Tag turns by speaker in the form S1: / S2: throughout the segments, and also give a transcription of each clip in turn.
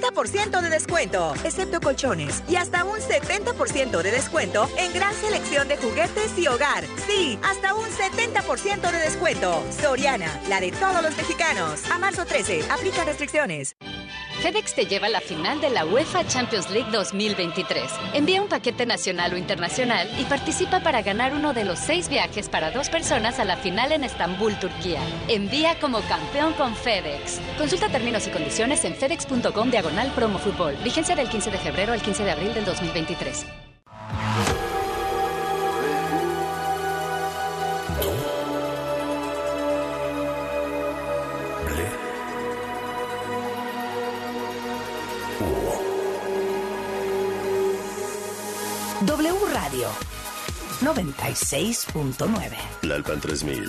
S1: 50% de descuento, excepto colchones, y hasta un 70% de descuento en gran selección de juguetes y hogar. Sí, hasta un 70% de descuento. Soriana, la de todos los mexicanos. A marzo 13, aplica restricciones.
S2: FedEx te lleva a la final de la UEFA Champions League 2023. Envía un paquete nacional o internacional y participa para ganar uno de los seis viajes para dos personas a la final en Estambul, Turquía. Envía como campeón con FedEx. Consulta términos y condiciones en fedex.com diagonal promo fútbol. Vigencia del 15 de febrero al 15 de abril del 2023.
S3: W Radio 96.9.
S4: Tlalpan 3000,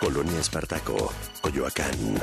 S4: Colonia Espartaco, Coyoacán.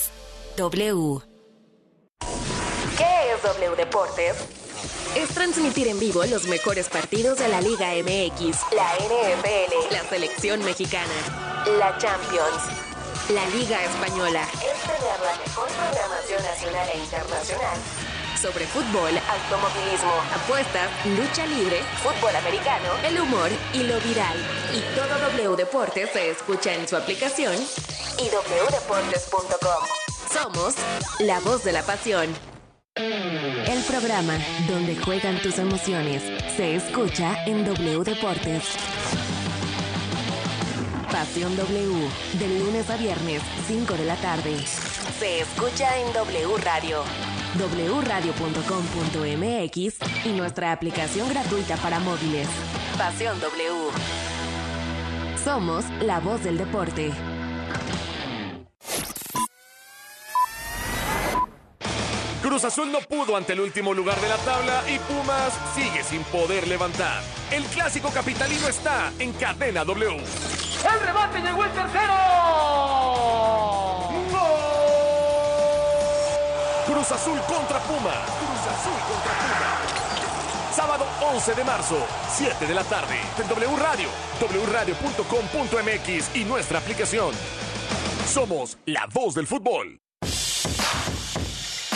S5: W. ¿Qué es W Deportes? Es transmitir en vivo los mejores partidos de la Liga MX, la NFL, la selección mexicana, la Champions, la Liga Española. Es tener la mejor programación nacional e internacional. Sobre fútbol, automovilismo, apuestas, lucha libre, fútbol americano, el humor y lo viral. Y todo W Deportes se escucha en su aplicación y wdeportes.com. Somos la voz de la pasión. El programa donde juegan tus emociones se escucha en W Deportes. Pasión W, de lunes a viernes, 5 de la tarde. Se escucha en W Radio, wradio.com.mx y nuestra aplicación gratuita para móviles. Pasión W. Somos la voz del deporte.
S6: Cruz Azul no pudo ante el último lugar de la tabla y Pumas sigue sin poder levantar. El clásico capitalino está en cadena W.
S7: El remate llegó el tercero.
S6: Cruz Azul contra Puma. Cruz Azul contra Puma. Sábado 11 de marzo, 7 de la tarde, en W Radio, wradio.com.mx y nuestra aplicación. Somos la voz del fútbol.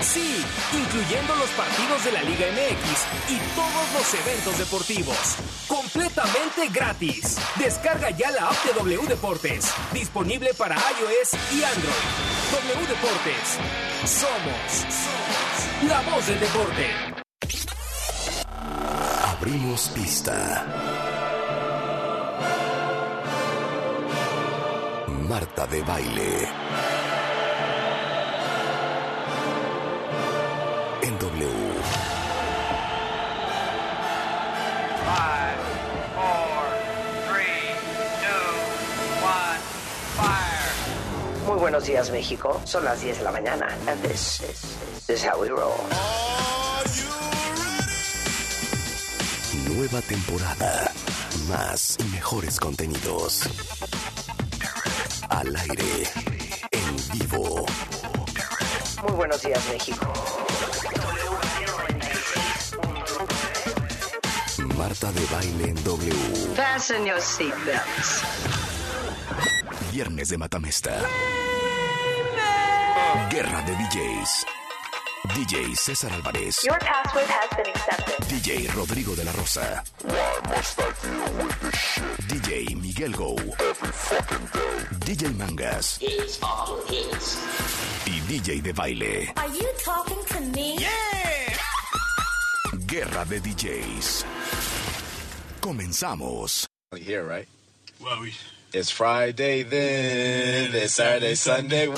S8: Sí, incluyendo los partidos de la Liga MX y todos los eventos deportivos. Completamente gratis. Descarga ya la app de W Deportes, disponible para iOS y Android. W Deportes. Somos, somos la voz del deporte.
S4: Abrimos pista. Marta de baile. En W.
S3: Muy buenos días, México. Son las 10 de la mañana. And this is, this is how we roll.
S4: Nueva temporada. Más y mejores contenidos. Al aire. En vivo.
S3: Muy buenos días, México.
S4: Marta de baile en W.
S3: Fasten your seatbelts.
S4: Viernes de Matamesta. Guerra de DJs. DJ César Álvarez.
S9: Your password has been accepted.
S4: DJ Rodrigo de la Rosa. DJ Miguel Go. DJ Mangas. Y DJ de baile.
S9: Are you talking to me?
S4: Guerra de DJs. Comenzamos.
S10: here, right? Well, we. It's Friday then. It's Saturday, Sunday.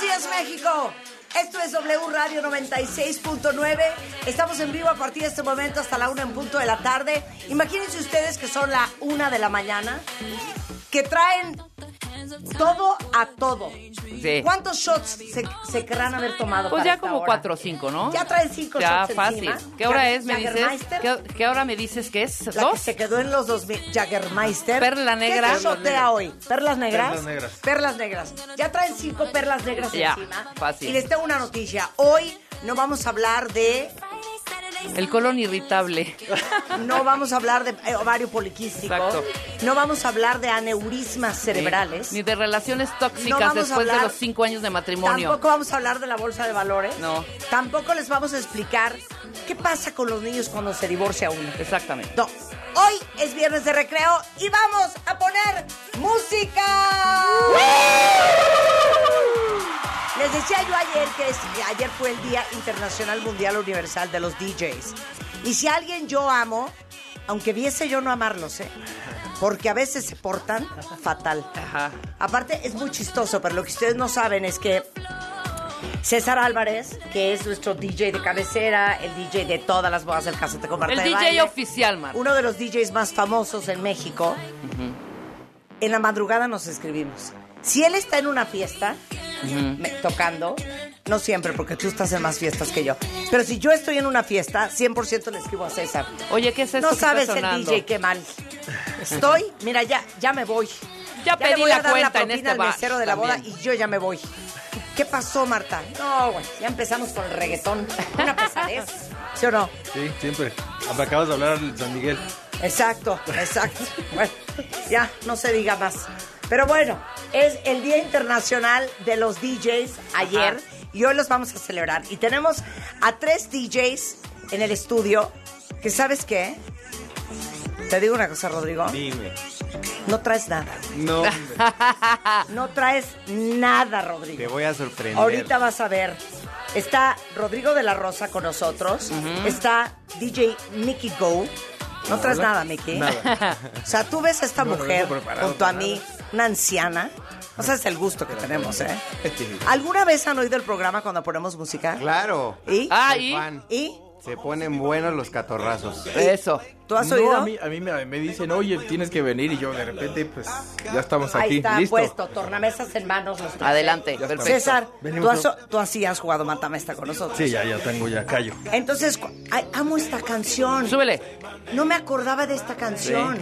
S3: días, México. Esto es W Radio 96.9. Estamos en vivo a partir de este momento hasta la una en punto de la tarde. Imagínense ustedes que son la una de la mañana, que traen todo a todo.
S11: Sí.
S3: ¿Cuántos shots se, se querrán haber tomado?
S11: Pues
S3: para
S11: ya
S3: esta
S11: como
S3: hora?
S11: cuatro o cinco, ¿no?
S3: Ya traen cinco
S11: Ya
S3: shots
S11: fácil.
S3: encima.
S11: ¿Qué hora
S3: Jag-
S11: es? Me dices.
S3: Jägermeister.
S11: ¿Qué, qué hora me dices que es?
S3: La que
S11: ¿Dos?
S3: se quedó en los 2000. Jaggermeister.
S11: Perla negra.
S3: ¿Qué se shotea hoy? ¿Perlas negras?
S11: Perlas negras.
S3: Perlas negras. Ya traen cinco perlas negras
S11: Ya,
S3: encima.
S11: fácil.
S3: Y les tengo una noticia. Hoy no vamos a hablar de...
S11: El colon irritable.
S3: No vamos a hablar de eh, ovario poliquístico.
S11: Exacto.
S3: No vamos a hablar de aneurismas cerebrales.
S11: Ni de relaciones
S3: No
S11: tóxicas
S3: vamos a
S11: después de
S3: hablar-
S11: los cinco años de matrimonio.
S3: Tampoco vamos a hablar de la bolsa de valores.
S11: No.
S3: Tampoco les vamos a explicar qué pasa con los niños cuando se divorcia uno.
S11: Exactamente.
S3: No. Hoy es viernes de recreo y vamos a poner música. Les decía yo ayer que es- que ayer fue el Día Internacional Mundial Universal de los DJs. Y si alguien yo amo, aunque viese yo no amarlos, ¿eh? Porque a veces se portan fatal. Aparte, es muy chistoso, pero lo que ustedes no saben es que César Álvarez, que es nuestro DJ de cabecera, el DJ de todas las bodas del Casete con Marta
S11: El
S3: de
S11: DJ
S3: Baile,
S11: oficial, Mar.
S3: uno de los DJs más famosos en México, en la madrugada nos escribimos. Si él está en una fiesta, me- tocando, no siempre, porque tú estás en más fiestas que yo, pero si yo estoy en una fiesta, 100% le escribo a César.
S11: Oye, ¿qué es esto
S3: No
S11: que está
S3: sabes el
S11: sonando?
S3: DJ qué mal. Estoy, mira, ya, ya me voy.
S11: Ya
S3: le
S11: pedí
S3: voy a
S11: la
S3: dar la
S11: cuenta en
S3: propina
S11: este
S3: al
S11: bar
S3: mesero de la boda
S11: también.
S3: y yo ya me voy. ¿Qué pasó, Marta? No, güey, ya empezamos con el reggaetón. Una pesadez. ¿Sí o no?
S12: Sí, siempre. Me acabas de hablar de San Miguel.
S3: Exacto, exacto. Bueno, ya no se diga más. Pero bueno, es el Día Internacional de los DJs ayer y hoy los vamos a celebrar. Y tenemos a tres DJs en el estudio que, ¿sabes qué? Te digo una cosa, Rodrigo.
S12: Dime.
S3: No traes nada.
S12: No,
S3: No traes nada, Rodrigo.
S12: te voy a sorprender.
S3: Ahorita vas a ver. Está Rodrigo de la Rosa con nosotros. Está DJ Mickey Go. No traes
S12: Hola.
S3: nada, Mickey.
S12: Nada.
S3: O sea, tú ves a esta
S12: No, no
S3: mujer
S12: vengo preparado
S3: junto
S12: para
S3: a mí, una anciana. No sabes el gusto que tenemos, ¿eh?
S12: Sí.
S3: ¿Alguna vez han oído el programa cuando ponemos música?
S13: Claro.
S3: ¿Y?
S13: Ah, ¿y? Fan.
S3: ¿Y?
S13: Se ponen buenos los catorrazos.
S11: Eso.
S3: ¿Tú has
S13: No,
S3: oído?
S13: a
S4: mí, a mí me, me dicen, oye, tienes que venir y yo de repente, pues, ya estamos aquí,
S3: Ahí está
S4: listo.
S3: puesto, tornamesas en manos. los tres.
S4: Adelante, Ya perfecto. estamos.
S3: César, tú,
S4: Venimos,
S3: has,
S4: ¿no?
S3: tú así has jugado matamesta con nosotros.
S12: Sí, ya, ya tengo, ya callo.
S3: Entonces, cu- ay, amo esta canción. Súbele. No me acordaba de esta canción.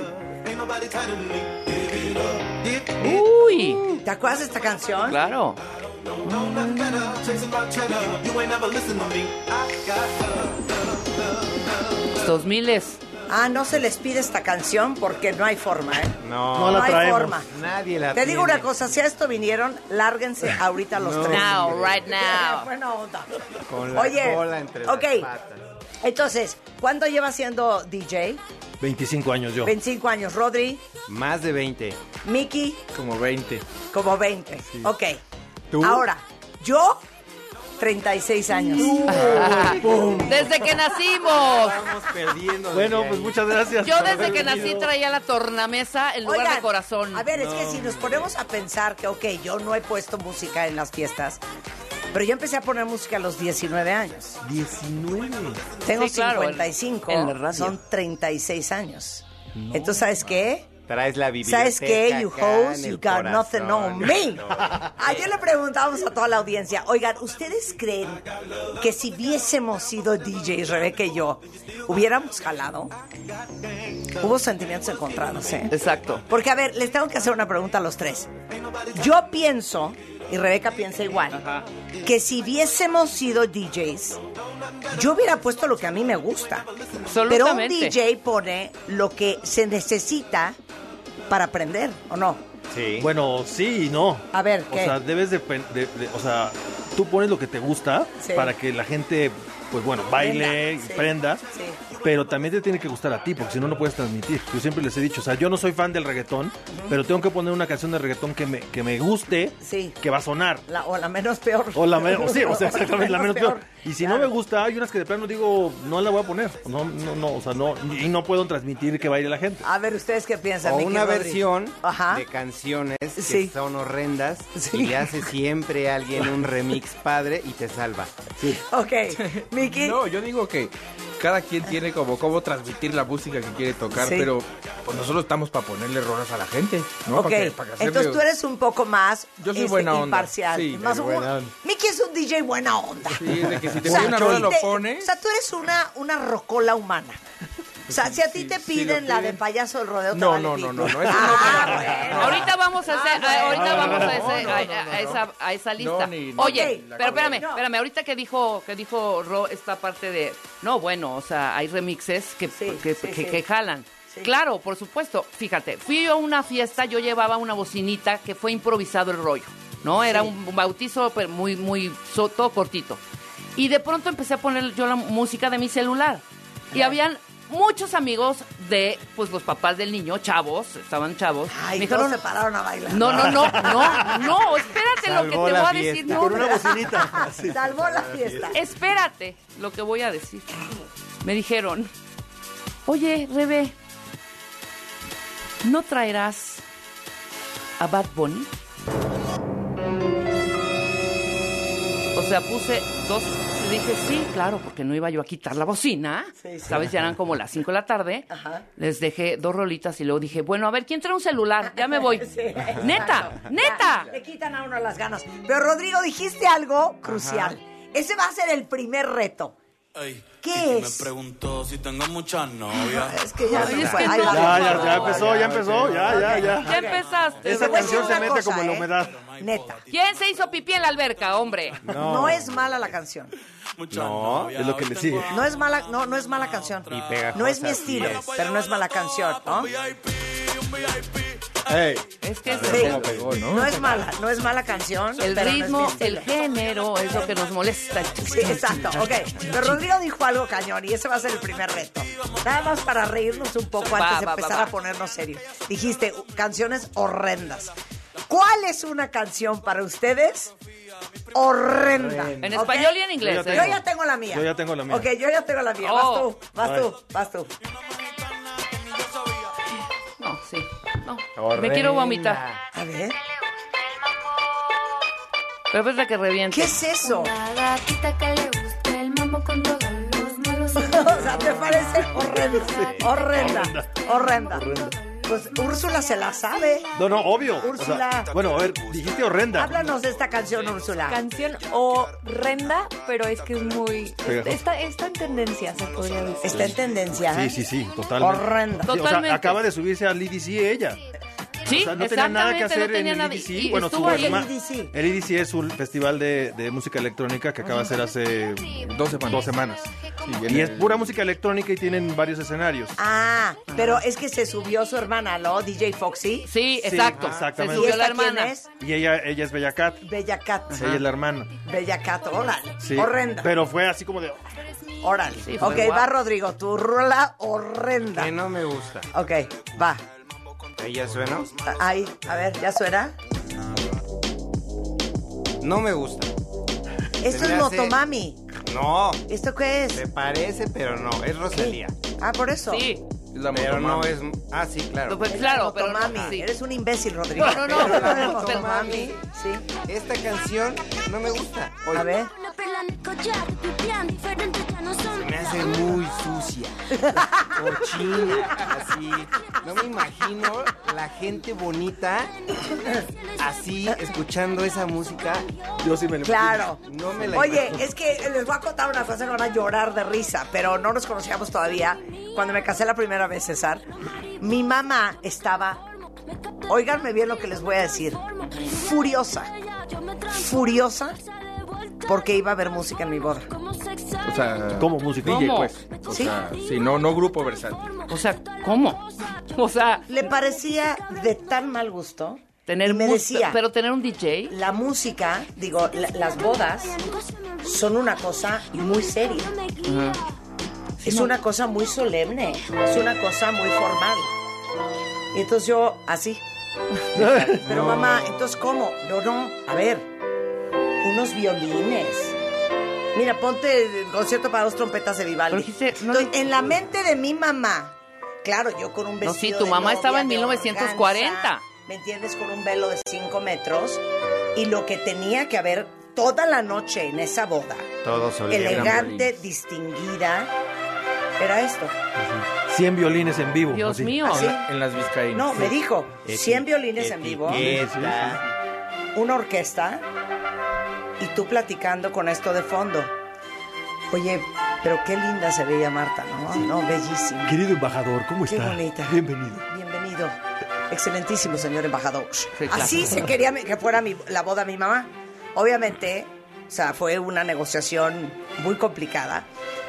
S11: Uy.
S3: Mm, ¿Te acuerdas de esta canción?
S11: Claro. Dos miles.
S3: Ah, no se les pide esta canción porque no hay forma, ¿eh?
S13: No,
S3: No la hay traemos. forma.
S13: Nadie la
S3: Te digo
S13: tiene.
S3: una cosa, si a esto vinieron, lárguense ahorita los
S13: No.
S3: tres.
S13: Now, right
S11: now.
S3: Buena onda.
S13: Con la
S3: Oye,
S13: cola entre
S3: ok.
S13: las patas.
S3: Entonces, ¿cuánto llevas siendo DJ?
S12: 25 años yo.
S3: 25 años. Rodri,
S13: Más de 20.
S3: Miki,
S12: Como 20.
S3: como 20. Ok.
S13: ¿Tú?
S3: Ahora, yo, 36 años.
S11: Desde que nacimos.
S13: Perdiendo.
S12: Bueno, pues muchas gracias.
S11: Yo
S12: por
S11: desde
S12: haber
S11: que
S12: venido.
S11: nací traía la tornamesa en lugar
S3: Oigan,
S11: de corazón.
S3: A ver, es que si nos ponemos a pensar que, ok, yo no he puesto música en las fiestas, pero yo empecé a poner música a los 19 años.
S12: 19.
S3: Tengo
S11: Sí, claro, en-
S3: 55,
S11: en la radio.
S3: son 36 años. Entonces, ¿sabes qué?
S13: Traes la biblioteca.
S3: ¿Sabes qué? You
S13: acá en
S3: hoes,
S13: el
S3: you got nothing on
S13: corazón.
S3: me. Ayer le preguntábamos a toda la audiencia, oigan, ¿ustedes creen que si hubiésemos sido DJs, Rebeca y yo, hubiéramos jalado? Hubo sentimientos encontrados, ¿eh?
S11: Exacto.
S3: Porque, a ver, les tengo que hacer una pregunta a los tres. Yo pienso, y Rebeca piensa igual, que si hubiésemos sido DJs, yo hubiera puesto lo que a mí me gusta. Pero un
S11: Absolutamente.
S3: DJ pone lo que se necesita para aprender, ¿o no?
S13: Sí.
S12: Bueno, sí y no.
S3: A ver,
S12: O
S3: ¿qué?
S12: sea, debes de, pen- de- de- O sea, tú pones lo que te gusta
S3: Sí.
S12: para que la gente pues bueno, baile,
S3: Prenda, sí,
S12: prenda, pero también te tiene que gustar a ti, porque si no, no puedes transmitir. Yo siempre les he dicho, o sea, yo no soy fan del reggaetón, pero tengo que poner una canción de reggaetón que me, que me guste, que va a sonar.
S3: La- o la menos peor.
S12: O la menos, sí, o sea, exactamente, la menos peor. Y si no me gusta, hay unas que de plano digo, no la voy a poner. No, no, no, o sea, no, y no puedo transmitir que baile la gente.
S3: A ver, ¿ustedes qué piensan?
S13: O
S3: Miki
S13: una
S3: Rodríguez?
S13: versión
S3: Ajá.
S13: de canciones que
S3: Sí.
S13: son horrendas y le hace siempre alguien un remix padre y te salva.
S4: Sí.
S3: Ok, Miki.
S4: No, yo digo que cada quien tiene como cómo transmitir la música que quiere tocar,
S3: Sí.
S4: pero pues nosotros estamos para ponerle errores a la gente, ¿no?
S3: ok,
S4: Para que- para que hacerle-
S3: entonces tú eres un poco más
S4: Yo soy
S3: este,
S4: buena onda.
S3: imparcial.
S4: Sí,
S3: más
S4: soy
S3: un-
S4: buena onda.
S3: Miki es un DJ buena onda.
S4: Sí, es de que si te pone una rola, lo pone.
S3: O sea, tú eres una, una rocola humana. O sea, si a ti te piden, la de payaso del rodeo, te
S4: No,
S3: vale
S4: no,
S3: pito. Ah,
S4: no, no, no, eso
S11: Ahorita vamos a, ese- a- ahorita
S4: no,
S11: vamos
S4: no,
S11: a, ese-
S4: no,
S11: a-
S4: no,
S11: a- a esa, a esa lista.
S4: No, ni- ni-
S11: Oye,
S4: ni la
S11: pero
S4: cabeza.
S11: espérame, espérame, ahorita que dijo, que dijo Ro esta parte de, no, bueno, o sea, hay remixes que, que, que-
S7: sí.
S11: que jalan. Claro, por supuesto. Fíjate, fui yo a una fiesta, yo llevaba una bocinita que fue improvisado el rollo, ¿no? Era
S7: Sí.
S11: un bautizo pero muy, muy, so- todo cortito. Y de pronto empecé a poner yo la música de mi celular. Y habían muchos amigos de, pues, los papás del niño, chavos, estaban chavos.
S3: Ay,
S11: Me
S3: todos
S11: dijeron,
S3: se pararon a bailar.
S11: no, no, no, no, no, espérate lo que te
S3: Salvó
S11: voy
S3: la
S4: este,
S11: a decir.
S3: fiesta.
S11: No,
S3: Con una
S11: hombre.
S3: bocinita. Sí. Salvó la fiesta.
S11: Espérate lo que voy a decir. Me dijeron, oye, Rebe, ¿no traerás a Bad Bunny? O sea, puse dos, dije sí, claro, porque no iba yo a quitar la bocina.
S7: sí.
S11: Sabes, ya eran como las 5 de la tarde. Les dejé dos rolitas y luego dije, bueno, a ver, ¿quién trae un celular? Ya me voy. Neta, neta.
S3: Le quitan a uno las ganas. Pero Rodrigo, dijiste algo crucial. Ese va a ser el primer reto. ¿Qué
S14: Me
S3: es?
S14: preguntó si tengo muchas novias.
S3: Es que ya se fue. Ahí
S12: Ya,
S3: va.
S12: ya, ya empezó, ya empezó, ya, ya,
S11: Ok,
S12: ya.
S11: Ya empezaste.
S12: Esa
S11: Te voy a decir
S12: canción se
S11: una
S12: mete
S11: cosa,
S12: como en la
S11: ¿eh?
S12: humedad.
S3: Neta.
S11: ¿Quién se hizo pipí en la alberca, hombre?
S3: No. es mala la canción.
S12: No, es lo que le sigue.
S3: No es mala, no, no es mala canción. No es mi estilo, pero no es mala canción, ¿no?
S11: Es que
S3: Sí. No es mala, no es mala canción.
S11: El
S3: pero no es mi
S11: ritmo,
S3: estilo.
S11: el género es lo que nos molesta.
S3: Sí, exacto, ok. Pero Rodrigo dijo algo cañón y ese va a ser el primer reto. Nada más para reírnos un poco
S11: Va,
S3: antes de
S11: va, va,
S3: empezar
S11: va.
S3: a ponernos serios. Dijiste u- canciones horrendas. ¿Cuál es una canción para ustedes horrenda?
S12: En
S3: ¿Ok?
S11: español y en inglés,
S3: Yo
S11: ¿eh?
S3: ya, tengo la mía.
S12: Yo ya tengo la mía.
S3: Ok, yo ya tengo la mía.
S11: Oh.
S3: Vas tú, vas
S12: Ay.
S3: tú, vas tú.
S11: No, sí. No. Me quiero vomitar.
S3: A ver.
S11: Pero es la que revienta.
S3: ¿Qué es eso?
S15: Una gatita que le guste el mambo con todos los malos.
S3: o sea, ¿te parece horrenda? Horrenda, horrenda. Pues Úrsula se la sabe.
S12: No, no, obvio. O sea,
S3: Úrsula.
S12: bueno, a ver, dijiste horrenda.
S3: Háblanos de esta canción, Úrsula.
S16: Canción horrenda, pero es que es muy...
S12: Pegajosa.
S16: Está, está en tendencia, se podría decir.
S3: Está en tendencia.
S11: ¿eh?
S12: Sí, sí, sí, totalmente.
S3: Horrenda.
S12: Sí, O
S3: Totalmente.
S12: sea, acaba de subirse al EDC ella.
S11: Sí,
S12: o sea, no tenía nada que
S11: exactamente,
S12: hacer
S11: no tenía
S12: en el
S11: nada.
S12: EDC.
S11: Y- y
S12: bueno,
S11: estuvo
S12: su
S11: ahí.
S12: forma-
S11: El E EDC.
S12: El EDC es un festival de, de música electrónica que acaba de ser hace dos semanas.
S4: viene
S12: Y es
S4: el-
S12: pura música electrónica y tienen varios escenarios.
S3: Ah, pero es que se subió su hermana, ¿no? DJ Foxy.
S11: Sí,
S12: exactamente.
S3: ¿Y esta quién es?
S12: Y ella, ella es Bella Cat.
S3: Bella Cat.
S12: Ella es la hermana.
S3: Bella Cat, órale.
S12: Sí.
S3: Horrenda.
S12: Pero fue así como de.
S3: Órale.
S12: Sí,
S3: ok,
S12: fue
S3: va
S12: guau.
S3: Rodrigo, tu rola horrenda.
S13: Que no me gusta.
S3: Ok, va.
S13: Ahí ya suena.
S3: A- Ahí, a ver, ¿ya suena?
S13: No me gusta. Se
S3: Esto
S13: me
S3: es
S13: hace-
S3: Motomami.
S13: No.
S3: ¿Esto qué es?
S13: Se parece, pero no. Es Rosalía.
S3: Ah, por eso.
S11: Sí.
S13: pero
S4: Motomami.
S13: no es. Ah, sí, claro.
S11: Pues
S3: Eres Motomami. Eres un imbécil, Rodrigo.
S13: No, no, no.
S3: Eres
S13: Pero-
S3: Motomami. Sí.
S13: Esta canción no me gusta.
S3: A ver.
S13: Me hace muy sucia. Cochina. Así. No me imagino la gente bonita así escuchando esa música.
S12: Yo sí me
S3: lo Claro.
S13: pues, No me la
S3: Oye,
S13: imagino.
S3: es que les voy a contar una cosa que van a llorar de risa, pero no nos conocíamos todavía. Cuando me casé la primera vez, César, mi mamá estaba, óiganme bien lo que les voy a decir, furiosa, furiosa, porque iba a haber música en mi boda.
S4: O sea,
S12: ¿Cómo música?
S4: DJ,
S3: ¿Cómo?
S4: pues. O
S3: ¿Sí?
S4: sea, sí, no, no grupo versátil.
S11: O sea, ¿cómo? O sea,
S3: le parecía de tan mal gusto.
S11: Tener
S3: me
S11: mus-
S3: decía,
S11: pero tener un DJ.
S3: La música, digo, la- las bodas son una cosa muy seria. Es una cosa muy solemne, es una cosa muy formal. Y entonces yo, así. Pero mamá, entonces ¿cómo? No, no, a ver, unos violines. Mira, ponte el concierto para dos trompetas de Vivaldi. Entonces, en la mente de mi mamá, claro, yo con un
S11: No,
S3: vestido
S11: sí, tu
S3: de
S11: mamá
S3: novia,
S11: estaba en
S3: de
S11: 1940.
S3: organza, ¿Me entiendes? Con un velo de 5 metros. Y lo que tenía que haber toda la noche en esa boda,
S13: Todos
S3: elegante, distinguida, era esto.
S12: 100 violines en vivo.
S3: Dios mío. ¿Ah, sí?
S4: En las vizcaínas.
S3: No, me dijo, 100 violines en vivo,
S13: Etiqueta.
S3: una orquesta y tú platicando con esto de fondo. Oye, pero qué linda se veía Marta, ¿no? No, bellísima.
S12: Querido embajador, ¿cómo
S3: Qué
S12: está?
S3: bonita.
S12: Bienvenido.
S3: Bienvenido. Excelentísimo señor embajador.
S12: claro.
S3: Así se quería mi- que fuera mi- la boda de mi mamá. Obviamente, o sea, fue una negociación muy complicada.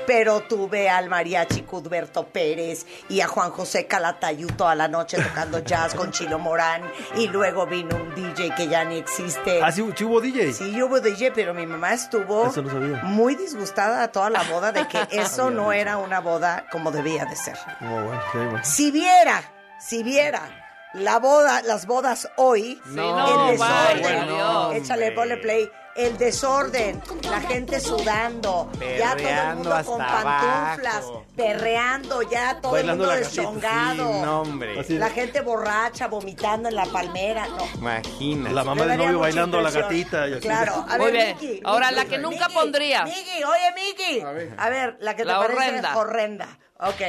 S3: Pero tuve al mariachi Cudberto Pérez y a Juan José Calatayú toda la noche tocando jazz con Chilo Morán. Y luego vino un DJ que ya ni existe.
S12: ¿Ah, sí, sí hubo DJ?
S3: Sí, hubo DJ, pero mi mamá estuvo
S12: Eso no sabía.
S3: muy disgustada toda la boda de que eso no era una boda como debía de ser.
S12: Como, bueno, qué bueno.
S3: Si viera, si viera la boda, las bodas hoy,
S12: no,
S3: el desorden,
S12: vaya, no,
S3: échale, ponle play, el desorden, la gente sudando, ya todo el
S13: Perreando
S3: mundo con
S13: hasta
S3: pantuflas, perreando, ya todo
S13: Bailando
S3: el
S13: la
S3: mundo
S13: cacheta.
S3: deschongado,
S13: Sí, no, hombre. Así es.
S3: la gente borracha, vomitando en la palmera, no.
S13: Imagina.
S12: La mamá del novio bailando a la gatita. Y así.
S3: Claro, a
S11: Muy
S3: ver,
S11: bien.
S3: Miki,
S11: Ahora,
S3: Miki,
S11: la que nunca
S3: Miki,
S11: pondría.
S3: Miki, oye, Miki. A ver, la que te
S11: La
S3: parece
S11: horrenda.
S3: horrenda. Ok,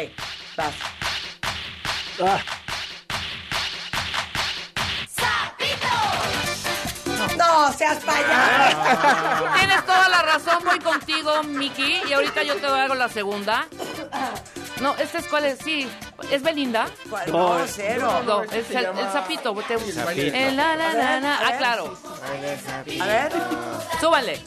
S3: vas. No, seas payaso.
S11: Tienes toda la razón, voy contigo, Miki. Y ahorita yo te hago la segunda.
S17: uh,
S11: No, ¿esta es cuál es? Sí, ¿es Belinda?
S3: ¿Cuál? Pues No, No, cero.
S11: No,
S3: no,
S11: es
S3: este se
S11: el,
S3: llama-
S11: el sapito. te-
S3: Sapito.
S11: El la, la, la, la.
S3: A ver, a
S11: Ah,
S3: ver.
S11: claro.
S3: A ver.
S11: Súbale.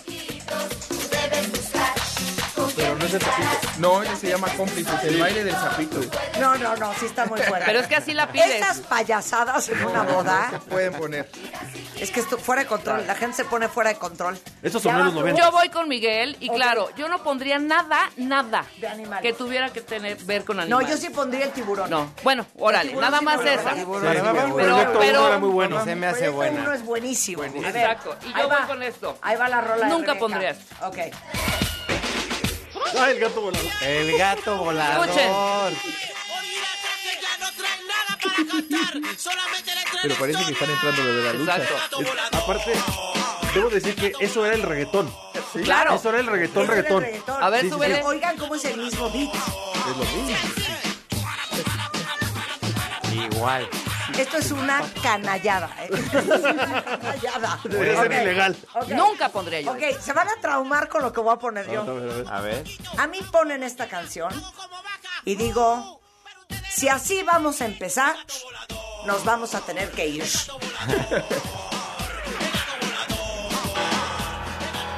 S4: Pero no es el zapito. No, ese se llama cómplices, el baile del zapito.
S3: No, no, no, sí está muy fuerte.
S4: Pero es que así la pides.
S3: Esas payasadas en una boda.
S4: Pueden poner.
S3: Es que esto fuera de control. La gente se pone fuera de control.
S12: Estos son los 90.
S11: Yo voy con Miguel y claro, yo no pondría nada, nada que tuviera que tener ver con
S3: No,
S11: animales.
S3: yo sí pondría el tiburón.
S11: No, bueno, órale,
S3: tiburón
S11: nada
S3: sí
S11: más
S3: me lo
S11: esa.
S3: regalaste.
S13: Sí, pero-
S11: Pero, pero,
S13: muy bueno. Se me hace
S3: Proyecto uno
S13: buena.
S3: es buenísimo. A ver,
S11: Exacto. Y yo
S3: ahí
S11: voy
S3: va.
S11: con esto.
S3: Ahí va la rola. de
S11: Nunca
S3: Rebeca.
S11: pondría
S3: Ok.
S12: Ah, el gato volador.
S13: El gato volador.
S4: Pero parece que están entrando desde la lucha.
S12: Exacto. Aparte, debo decir que eso era el reggaetón.
S11: Claro.
S12: Eso era el reggaetón,
S3: Ese era el
S12: reggaetón.
S3: reggaetón.
S12: Sí, sí, sí.
S3: Pero Oigan cómo es el mismo beat.
S12: Es lo mismo.
S13: Igual.
S3: Esto es una canallada. ¿eh? Esto es una canallada.
S13: Puede ser
S3: Ok,
S13: ilegal.
S3: ok.
S11: Nunca pondría yo.
S3: Ok, se van a traumar con lo que voy a poner yo.
S13: A ver.
S3: A mí ponen esta canción y digo, si así vamos a empezar, nos vamos a tener que ir.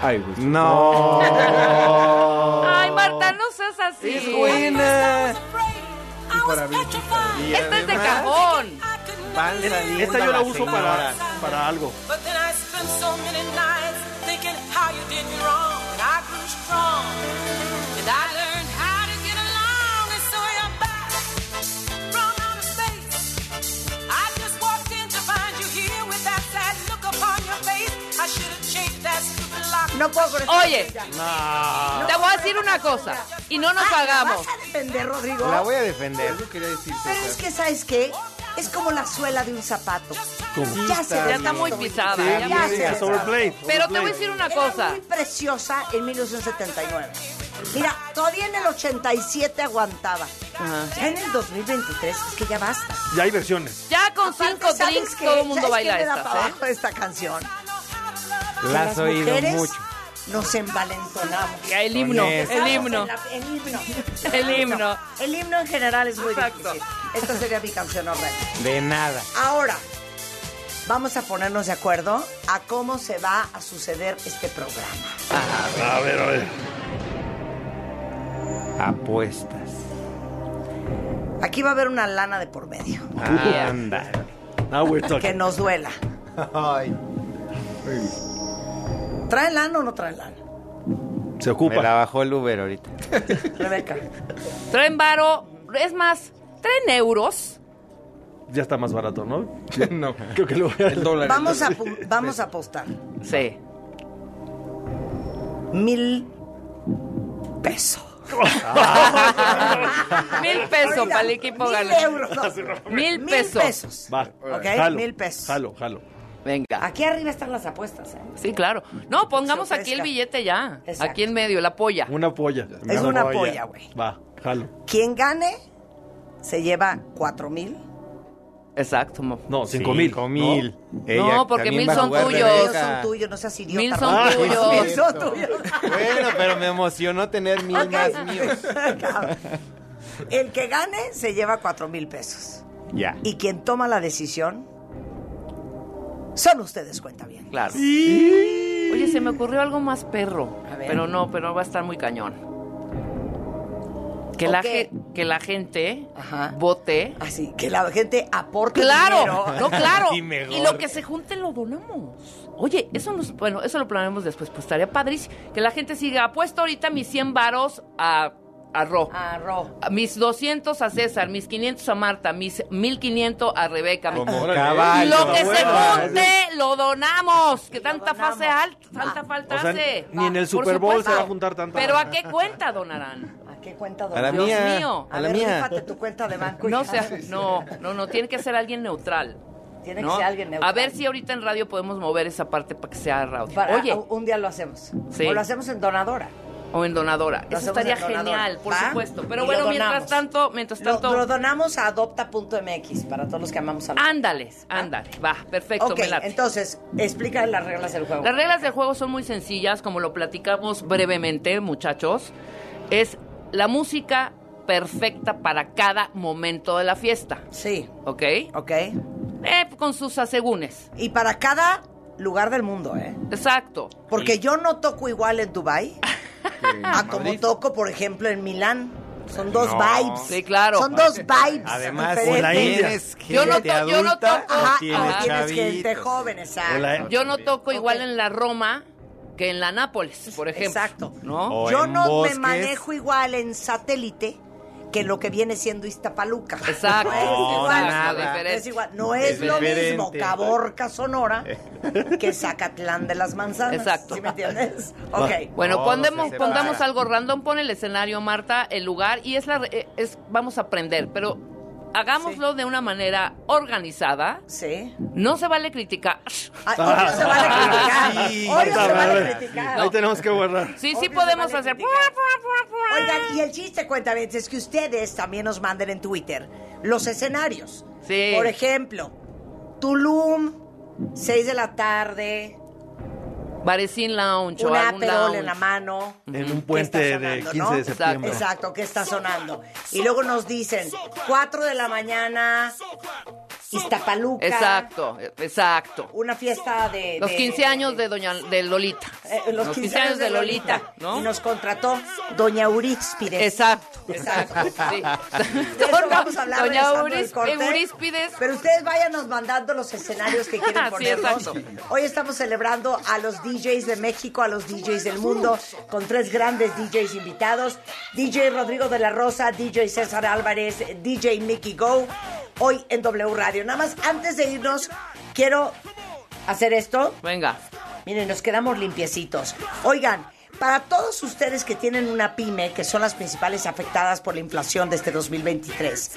S4: Ay,
S13: No.
S11: Ay, Marta, no seas así.
S13: Es buena.
S4: Para mí,
S13: Y
S11: Esta es de
S13: además,
S11: cajón.
S13: van saliendo
S12: Esta yo la
S13: las
S12: uso para,
S13: señoras.
S12: para algo.
S7: But then I spent so many nights thinking how you did me wrong. And I grew strong. And I learned how to get along. And so you're back from outer space. I just walked in to find you here with that sad look upon your face. I should have changed that stupid lock.
S3: No puedo con esta
S11: Oye,
S3: canción ya.
S11: te voy a decir una cosa. Y no nos
S3: Ah, ¿me
S11: hagamos.
S3: vas a defender, Rodrigo?
S13: La voy a defender.
S3: Pero es que, ¿sabes qué? Es como la suela de un zapato.
S13: ¿Cómo?
S3: Ya, se
S11: Ya está muy pisada.
S3: Sí,
S11: ya
S3: ya
S11: muy
S3: se
S11: pisada.
S3: overplayed,
S11: Pero te voy a decir una cosa.
S3: muy preciosa en 1979. Mira, todavía en el 87 aguantaba. Ya en el 2023 es que ya basta.
S12: Ya hay versiones.
S11: Ya con cinco
S3: ¿sabes
S11: drinks
S3: qué?
S11: todo el mundo
S3: ¿Sabes
S11: baila
S3: qué me da para
S11: esta. ¿eh?
S3: abajo esta canción?
S13: La
S3: Que
S13: has oído
S3: mujeres
S13: mucho.
S3: Nos envalentonamos.
S11: El himno, el himno.
S3: El himno.
S11: El himno.
S3: El himno en general es muy difícil. Esta sería mi canción horrenda.
S13: De nada.
S3: Ahora, vamos a ponernos de acuerdo a cómo se va a suceder este programa.
S13: A ver, a ver. Apuestas.
S3: Aquí va a haber una lana de por medio.
S13: Ah. Anda.
S12: Now we're
S3: Que nos duela.
S13: Ay.
S3: ¿Traen lana o no traen lana?
S12: Se ocupa.
S13: Me la bajó el Uber ahorita.
S3: Rebeca.
S11: Traen varo, es más, traen euros.
S12: Ya está más barato, ¿no?
S4: no.
S12: Creo que lo voy a... El dólar.
S3: Vamos a, pu- vamos a apostar.
S11: Sí.
S3: Mil pesos.
S13: Ah,
S11: Mil pesos
S3: Ahorita,
S11: para el equipo
S3: mil
S11: ganador.
S3: euros, no.
S11: Mil
S3: Mil
S11: pesos.
S3: pesos.
S12: Va.
S3: Ok, mil pesos.
S12: Jalo, jalo.
S11: Venga.
S3: Aquí arriba están las apuestas. ¿eh?
S11: Sí, claro. No, pongamos
S3: Se
S11: aquí el
S3: ofrezca.
S11: billete ya.
S3: Exacto.
S11: Aquí en medio, la polla.
S12: Una polla.
S3: Es una polla, güey.
S12: Va, jalo.
S3: Quien gane se lleva cuatro mil.
S11: Exacto. mo.
S12: No, cinco mil.
S13: Cinco
S12: ¿no?
S13: mil.
S11: Ella No, porque
S13: también
S11: mil
S13: va a
S11: son
S13: jugar Ah,
S11: tuyos.
S3: Ellos
S13: Rebeca.
S3: son tuyos, no seas idiota.
S11: Mil son
S3: Rafa.
S13: pues
S11: tuyos.
S3: Mil son tuyos.
S13: Bueno, pero me emocionó tener mil
S3: Ok.
S13: más míos.
S3: El que gane se lleva cuatro mil pesos.
S13: Ya.
S3: Y quien toma la decisión son ustedes, cuenta bien.
S11: Claro. Oye, se me ocurrió algo más perro.
S3: A ver.
S11: Pero no, pero va a estar muy cañón. Que, la,
S3: Ok.
S11: ge- que la gente vote.
S3: Así, que la gente aporte dinero.
S11: Claro, no, claro.
S12: Y
S11: Y,
S12: mejor.
S11: lo que se junte lo donamos. Oye, eso nos, bueno, eso lo planeamos después, pues estaría padrísimo. Que la gente siga, apuesto ahorita mis 100 varos a, a Ro. A Mis 200 a César, mis 500 a Marta, mis 1500 a Rebeca. mis-
S13: Como
S12: Órale.
S13: caballo.
S11: Lo que se
S13: Bueno.
S11: junte, lo donamos. Ah. Que tanta fase alta, tanta falta
S12: O sea,
S11: hace.
S12: ni en el
S11: Por
S12: Super Bowl
S11: supuesto.
S12: se va a juntar tanto.
S11: Pero ¿a qué cuenta donarán?
S3: ¿A qué cuenta
S13: A la
S3: Dios
S13: mía.
S11: mío.
S13: A
S3: A
S13: la
S3: ver,
S13: mía.
S3: rífate tu cuenta de banco.
S11: No,
S3: hija.
S11: sea, no, no, no, tiene que ser alguien neutral.
S3: Tiene
S11: ¿no?
S3: que ser alguien neutral.
S11: A ver si ahorita en radio podemos mover esa parte para que sea radio.
S3: Para-
S11: Oye,
S3: un- un día lo hacemos.
S11: Sí.
S3: O lo hacemos en donadora.
S11: o en donadora.
S3: Lo
S11: Eso
S3: hacemos
S11: estaría
S3: en donadora.
S11: genial, por
S3: ¿Va?
S11: supuesto.
S3: Y
S11: Pero
S3: lo
S11: bueno, mientras
S3: donamos.
S11: tanto, mientras
S3: Lo,
S11: tanto,
S3: lo donamos a adopta.mx para todos los que amamos a los
S11: ándale, ándale, va, perfecto,
S3: Ok,
S11: me late.
S3: entonces, explica las reglas del juego.
S11: Las reglas del juego son muy sencillas, como lo platicamos brevemente, muchachos. Es la música perfecta para cada momento de la fiesta,
S3: Sí,
S11: ¿ok?
S3: ok.
S11: Eh, con sus asegúnes.
S3: Y para cada lugar del mundo, ¿eh?
S11: Exacto.
S3: Porque yo no toco igual en Dubai a como
S4: Madrid.
S3: toco, por ejemplo, en Milán. Son dos
S13: No.
S3: vibes.
S11: Sí, claro.
S3: Son dos vibes.
S13: Además,
S3: diferentes.
S12: la India.
S13: tienes gente
S11: Yo no to- yo no
S13: adulta
S11: toco-
S13: o
S3: Ajá,
S13: tienes
S3: o tienes gente
S13: chavitos.
S3: joven, exacto.
S12: Hola,
S11: Yo no toco igual
S3: Ok.
S11: en la Roma que en la Nápoles, por ejemplo.
S3: Exacto.
S11: ¿No?
S13: O
S3: Yo
S13: en
S3: no
S13: bosques.
S3: me manejo igual en satélite que lo que viene siendo Iztapaluca.
S11: Exacto.
S3: No es
S13: No,
S3: igual.
S13: nada.
S3: No es igual. No
S13: Es
S3: es, lo
S13: diferente.
S3: mismo Caborca Sonora que Zacatlán de las Manzanas.
S11: Exacto.
S3: ¿Sí me entiendes? Ok.
S11: Bueno,
S13: Todo
S11: pondemos,
S13: se separa.
S11: pongamos algo random, pon el escenario, Marta, el lugar, y es la re- eh, es, vamos a aprender, pero hagámoslo de una manera organizada.
S3: Sí.
S11: No se Ah. vale criticar.
S3: Ay, hoy Ah, no se van a criticar.
S13: Sí,
S3: Hoy no
S12: Marta,
S3: se van
S12: Ah, a
S3: a
S12: ver,
S3: criticar. pues.
S12: Ahí tenemos que guardar.
S11: Sí, sí
S3: Obvio,
S11: podemos
S3: se vale
S11: hacer.
S3: criticar. Oigan, y el chiste, cuenta es que ustedes también nos manden en Twitter los escenarios.
S11: Sí.
S3: Por ejemplo, Tulum, 6 de la tarde,
S11: Barecín Lounge o
S3: una
S11: algún
S3: perol en
S11: lounge.
S3: la mano.
S12: En un
S3: ¿Qué
S12: puente
S3: está
S12: de
S3: sonando,
S12: 15
S3: no?
S12: de septiembre.
S3: Exacto, que está sonando. Y luego nos dicen, 4 de la mañana, Iztapaluca.
S11: Exacto, exacto.
S3: Una fiesta de...
S11: Los
S3: de-
S11: 15 años de doña de Lolita.
S3: eh, los, 15, años de Lolita.
S11: ¿no?
S3: Y nos contrató Doña Euríspides.
S11: Exacto.
S3: Exacto.
S11: Sí.
S3: De eso vamos a hablar
S11: Doña
S3: regresando del
S11: Euris-
S3: corte.
S11: Euríspides.
S3: Pero ustedes váyanos mandando los escenarios que quieren
S11: Sí,
S3: ponernos.
S11: exacto.
S3: Hoy estamos celebrando a los DJs de México, a los DJs del mundo, con tres grandes DJs invitados. DJ Rodrigo de la Rosa, DJ César Álvarez, DJ Mickey Go, hoy en W Radio. Nada más, antes de irnos, quiero hacer esto.
S11: Venga.
S3: Miren, nos quedamos limpiecitos. Oigan, para todos ustedes que tienen una pyme, que son las principales afectadas por la inflación de este 2023,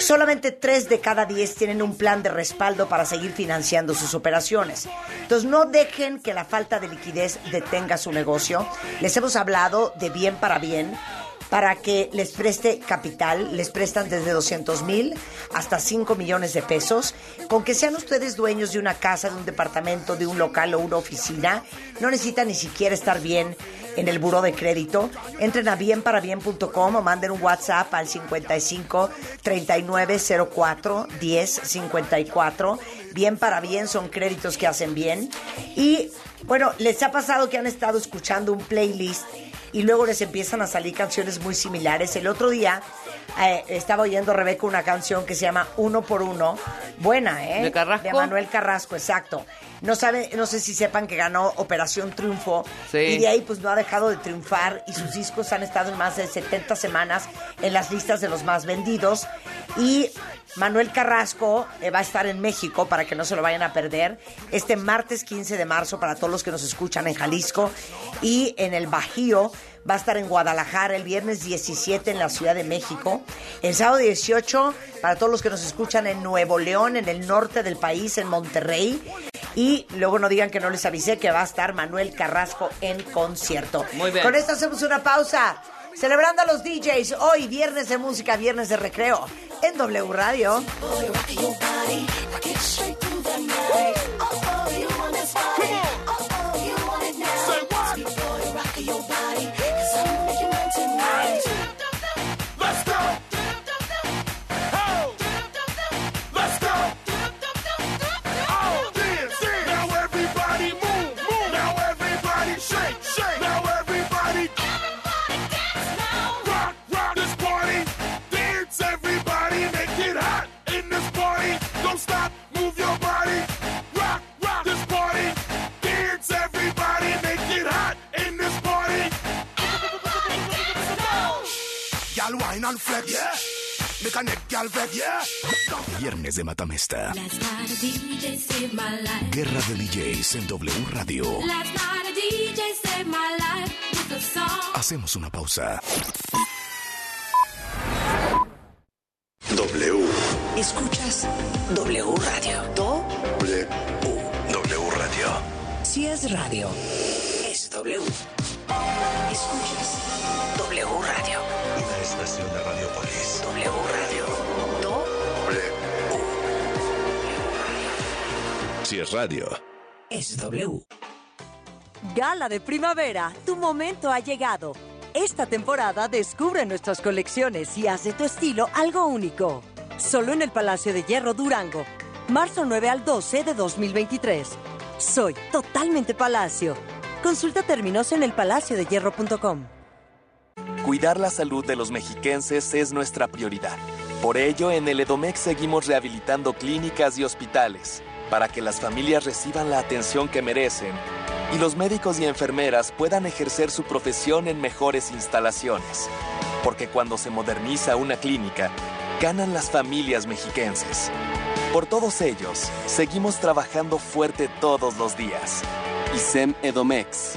S3: solamente 3 de cada 10 tienen un plan de respaldo para seguir financiando sus operaciones. Entonces, no dejen que la falta de liquidez detenga su negocio. Les hemos hablado de bien para bien para que les preste capital, les prestan desde 200 mil hasta 5 millones de pesos. Con que sean ustedes dueños de una casa, de un departamento, de un local o una oficina, no necesitan ni siquiera estar bien en el buro de crédito. Entren a bienparabien.com o manden un WhatsApp al 55 39 04 10 54. Bien para bien son créditos que hacen bien. Y bueno, les ha pasado que han estado escuchando un playlist y luego les empiezan a salir canciones muy similares. El otro día eh, estaba oyendo Rebeca una canción que se llama Uno por Uno. Buena, ¿eh?
S11: ¿De Carrasco?
S3: De Manuel Carrasco, exacto. No, sabe, no sé si sepan que ganó Operación Triunfo
S11: Sí.
S3: y de ahí pues no ha dejado de triunfar y sus discos han estado en más de 70 semanas en las listas de los más vendidos y Manuel Carrasco eh, va a estar en México para que no se lo vayan a perder este martes 15 de marzo para todos los que nos escuchan en Jalisco y en el Bajío va a estar en Guadalajara el viernes 17 en la Ciudad de México, el sábado 18 para todos los que nos escuchan en Nuevo León, en el norte del país, en Monterrey. Y luego no digan que no les avisé que va a estar Manuel Carrasco en concierto.
S11: Muy bien.
S3: Con esto hacemos una pausa. Celebrando a los DJs, hoy viernes de música, viernes de recreo, en W Radio.
S7: Stop, move your body, rock, rock this party. Dance, everybody, make it hot in this party.
S18: Gal wine and flex. Make a neck gal vex.
S14: Viernes de Matamesta.
S10: Last night a DJ saved my life.
S14: Guerra de DJs en W Radio.
S10: Last night a DJ saved my life with a song.
S14: Hacemos una pausa. W.
S19: Escuchas W Radio. Do.
S14: W. W Radio.
S19: Si es radio, es W. Escuchas W Radio.
S14: Una estación de Radiopolis.
S19: W Radio. Do.
S14: Si es radio.
S19: Es W.
S20: Gala de primavera, tu momento ha llegado. Esta temporada descubre nuestras colecciones y haz de tu estilo algo único. Solo en el Palacio de Hierro Durango, marzo 9 al 12 de 2023. Soy totalmente Palacio. Consulta términos en elpalaciodehierro.com.
S21: Cuidar la salud de los mexiquenses es nuestra prioridad. Por ello, en el Edomex seguimos rehabilitando clínicas y hospitales para que las familias reciban la atención que merecen y los médicos y enfermeras puedan ejercer su profesión en mejores instalaciones. Porque cuando se moderniza una clínica, ganan las familias mexiquenses. Por todos ellos, seguimos trabajando fuerte todos los días. ISEM Edomex.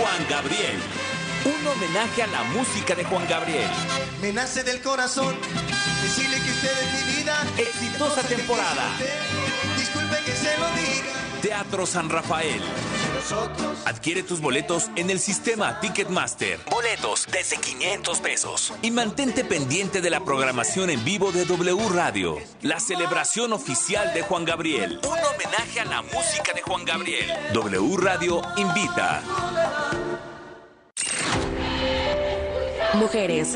S8: Juan Gabriel. Un homenaje a la música de Juan Gabriel.
S12: Me nace del corazón decirle que usted es mi vida.
S8: Exitosa temporada.
S12: Disculpe que se lo diga.
S8: Teatro San Rafael.
S22: nosotros.
S8: Adquiere tus boletos en el sistema Ticketmaster. Boletos desde 500 pesos. Y mantente pendiente de la programación en vivo de W Radio. La celebración oficial de Juan Gabriel. Un homenaje a la música de Juan Gabriel. W Radio invita.
S2: Mujeres.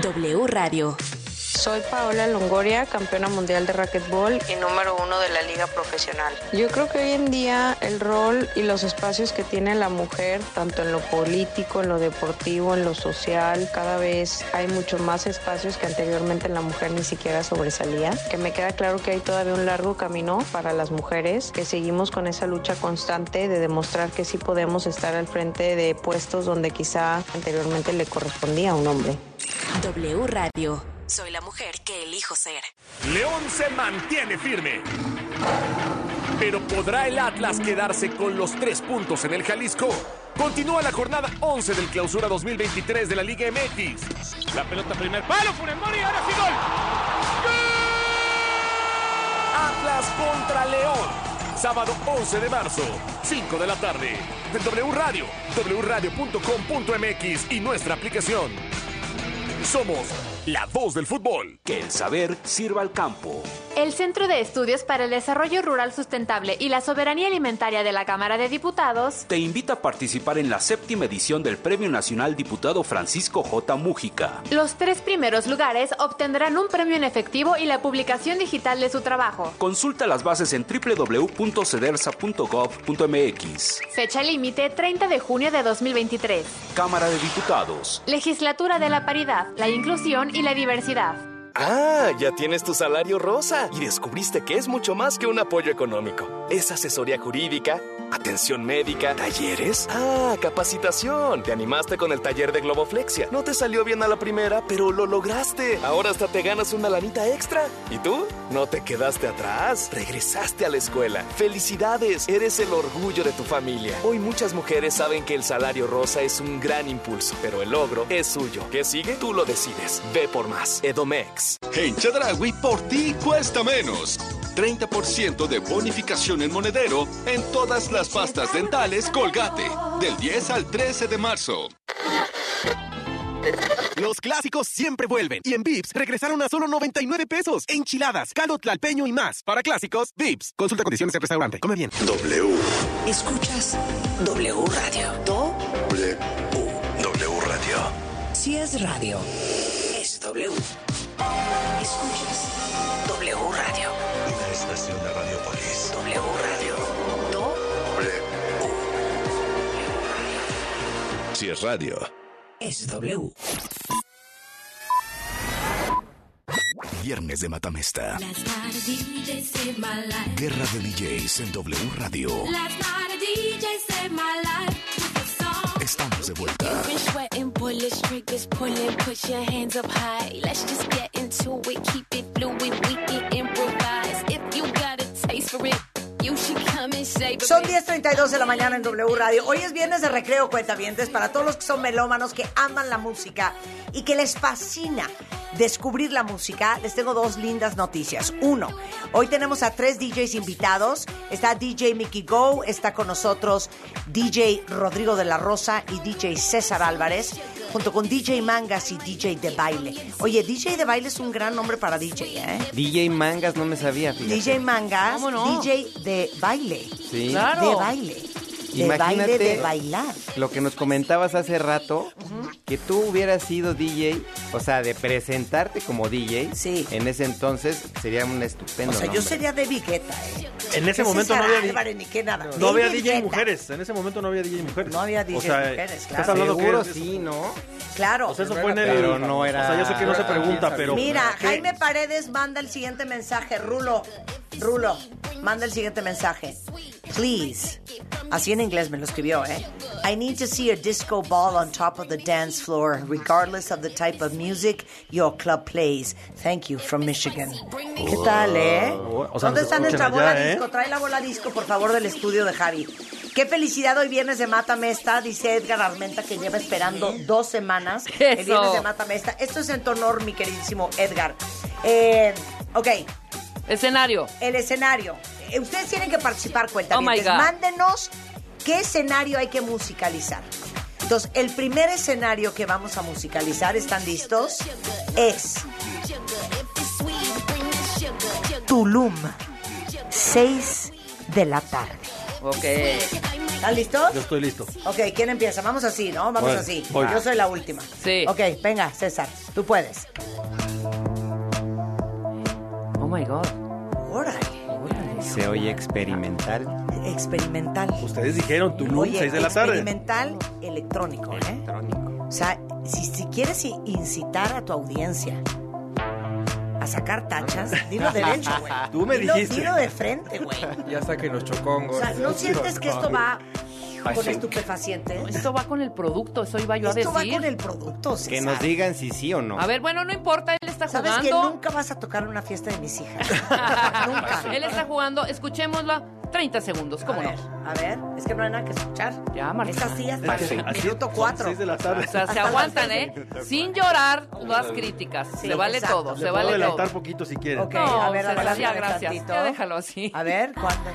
S2: W Radio.
S5: Soy Paola Longoria, campeona mundial de racquetball y número uno de la liga profesional. Yo creo que hoy en día el rol y los espacios que tiene la mujer, tanto en lo político, en lo deportivo, en lo social, cada vez hay mucho más espacios que anteriormente la mujer ni siquiera sobresalía. Que me queda claro que hay todavía un largo camino para las mujeres, que seguimos con esa lucha constante de demostrar que sí podemos estar al frente de puestos donde quizá anteriormente le correspondía a un hombre.
S2: W Radio. Soy la mujer que elijo ser.
S8: León se mantiene firme. Pero ¿podrá el Atlas quedarse con los tres puntos en el Jalisco? Continúa la jornada 11 del clausura 2023 de la Liga MX. La pelota primer palo, Funes Mori, ahora sí gol. ¡Gol! Atlas contra León. Sábado 11 de marzo, 5 de la tarde. Del W Radio, wradio.com.mx y nuestra aplicación. Somos la voz del fútbol. Que el saber sirva al campo.
S9: El Centro de Estudios para el Desarrollo Rural Sustentable y la Soberanía Alimentaria de la Cámara de Diputados
S8: Te invita a participar en la séptima edición del Premio Nacional Diputado Francisco J. Mújica.
S9: Los tres primeros lugares obtendrán un premio en efectivo y la publicación digital de su trabajo.
S8: Consulta las bases en www.cedersa.gov.mx.
S9: Fecha límite 30 de junio de 2023.
S8: Cámara de Diputados.
S9: Legislatura de la Paridad, la Inclusión y la Diversidad.
S21: Ah, ya tienes tu salario rosa y descubriste que es mucho más que un apoyo económico. Es asesoría jurídica, atención médica, talleres. Ah, capacitación. Te animaste con el taller de globoflexia. No te salió bien a la primera, pero lo lograste. Ahora hasta te ganas una lanita extra. ¿Y tú? No te quedaste atrás. Regresaste a la escuela. Felicidades. Eres el orgullo de tu familia. Hoy muchas mujeres saben que el salario rosa es un gran impulso, pero el logro es suyo. ¿Qué sigue? Tú lo decides. Ve por más. Edomex.
S23: En Chedragui, por ti cuesta menos. 30% de bonificación en monedero en todas las pastas dentales Colgate, del 10 al 13 de marzo.
S4: Los clásicos siempre vuelven y en Vips regresaron a solo 99 pesos. Enchiladas, caldo tlalpeño y más. Para clásicos, Vips. Consulta condiciones del restaurante. Come bien.
S23: W.
S2: Escuchas W Radio.
S23: Do. W. W Radio.
S2: Si es radio, es W. Escuchas W Radio.
S23: Y la estación de Radiopolis.
S2: W Radio. Do.
S23: W.
S21: Si es radio,
S2: Es W.
S21: Viernes de Matamesta.
S15: Last night a DJ saved my life.
S21: Guerra de DJs en W Radio.
S15: Last night a DJ saved my life. With a song.
S21: Estamos de vuelta.
S15: Been sweating bullets, triggers pulling. Put your hands up high. Let's just get into it. Keep it fluid. We can improvise. If you got a taste for it, you should come and save
S3: Son
S15: it.
S3: 10.32 de la mañana en W Radio. Hoy es viernes de recreo, cuentavientes, para todos los que son melómanos, que aman la música y que les fascina descubrir la música. Les tengo dos lindas noticias. Uno, hoy tenemos a tres DJs invitados. Está DJ Mickey Go, está con nosotros DJ Rodrigo de la Rosa y DJ César Álvarez, junto con DJ Mangas y DJ de Baile. Oye, DJ de Baile es un gran nombre para DJ, ¿eh?
S13: DJ Mangas no me sabía, fíjate.
S3: DJ Mangas,
S13: ¿Cómo no?
S3: DJ de baile.
S13: Sí.
S3: De baile. De
S13: Imagínate.
S3: baile, de bailar.
S13: Lo que nos comentabas hace rato, que tú hubieras sido DJ, o sea, de presentarte como DJ, en ese entonces sería un estupendo.
S3: O sea, yo
S13: nombre.
S3: sería de Vigueta, ¿eh?
S12: En ese
S3: Que
S12: momento no
S3: César
S12: había di-
S3: Álvarez, ni qué nada.
S12: No
S3: Ni
S12: había DJ
S3: Vigueta.
S12: mujeres. En ese momento no había DJ mujeres. No
S3: había DJ
S12: o sea,
S3: mujeres,
S12: Estás
S3: claro.
S12: hablando
S3: Seguro
S12: que
S13: sí, ¿no?
S3: Claro.
S12: O sea, eso fue en el.
S13: Pero no era-
S12: O sea, yo sé que no se pregunta, pero.
S3: Mira,
S12: ¿qué?
S3: Jaime Paredes manda el siguiente mensaje. Rulo, Rulo, manda el siguiente mensaje. Please. Así en inglés me lo escribió, ¿eh? I need to see a disco ball on top of the dance floor, regardless of the type of music your club plays. Thank you from Michigan. ¿Qué tal, eh?
S12: Oh, o sea, nos
S3: ¿Dónde está nuestra
S12: escuchan
S3: bola
S12: allá, eh?
S3: disco? Trae la bola disco, por favor, del estudio de Javi. Qué felicidad hoy viernes de Mata Mesta, dice Edgar Armenta, que lleva esperando dos semanas. El
S11: Eso.
S3: viernes de Mata Mesta. Esto es en tu honor, mi queridísimo Edgar. Eh, ok,
S11: Escenario.
S3: el escenario. eh, ustedes tienen que participar, cuentavientes.
S11: Oh my God.
S3: Mándenos qué escenario hay que musicalizar. Entonces, el primer escenario que vamos a musicalizar, ¿están listos? Es Tulum, 6 de la tarde.
S11: Ok.
S3: ¿Están listos?
S12: Yo estoy listo.
S3: Ok, ¿quién empieza? Vamos así, ¿no? Vamos
S12: Bueno,
S3: así.
S12: voy.
S3: Yo soy la última.
S11: Sí.
S3: Ok, venga, César, tú puedes.
S11: Oh my God.
S3: Órale,
S13: Se oye experimental.
S3: experimental.
S12: Ustedes dijeron Tulum,
S3: Oye,
S12: 6 de la tarde.
S3: experimental electrónico, ¿eh? O sea, si, si quieres i- incitar a tu audiencia a sacar tachas, dilo derecho, güey.
S24: Tú me
S3: Dilo-
S24: dijiste.
S3: Dilo de frente, güey.
S24: Ya saquen los chocongos.
S3: O sea, ¿no sientes que esto va con estupefacientes?
S11: Esto va con el producto, eso iba yo a
S3: Esto
S11: decir.
S3: va con el producto,
S13: Que nos digan si sí o no.
S11: A ver, bueno, no importa, él está
S3: ¿Sabes que
S11: jugando.
S3: nunca vas a tocar una fiesta de mis hijas?
S11: Él está jugando, escuchémoslo 30 segundos, ¿cómo no?
S3: A ver, es que no hay nada que escuchar.
S11: Ya, Marta.
S3: Estas sillas para minuto cuatro.
S12: Seis de la tarde.
S11: O sea, se aguantan, ¿eh? Sin llorar las críticas.
S3: Sí,
S11: se vale
S3: exacto.
S11: todo,
S12: Le
S11: se
S12: puedo
S11: vale todo.
S12: adelantar poquito si quieren.
S3: Ok, a
S11: o
S3: ver,
S11: sea,
S3: adelántame
S11: ya, gracias.
S3: tantito.
S11: Ya déjalo así.
S3: A ver, ¿cuándo?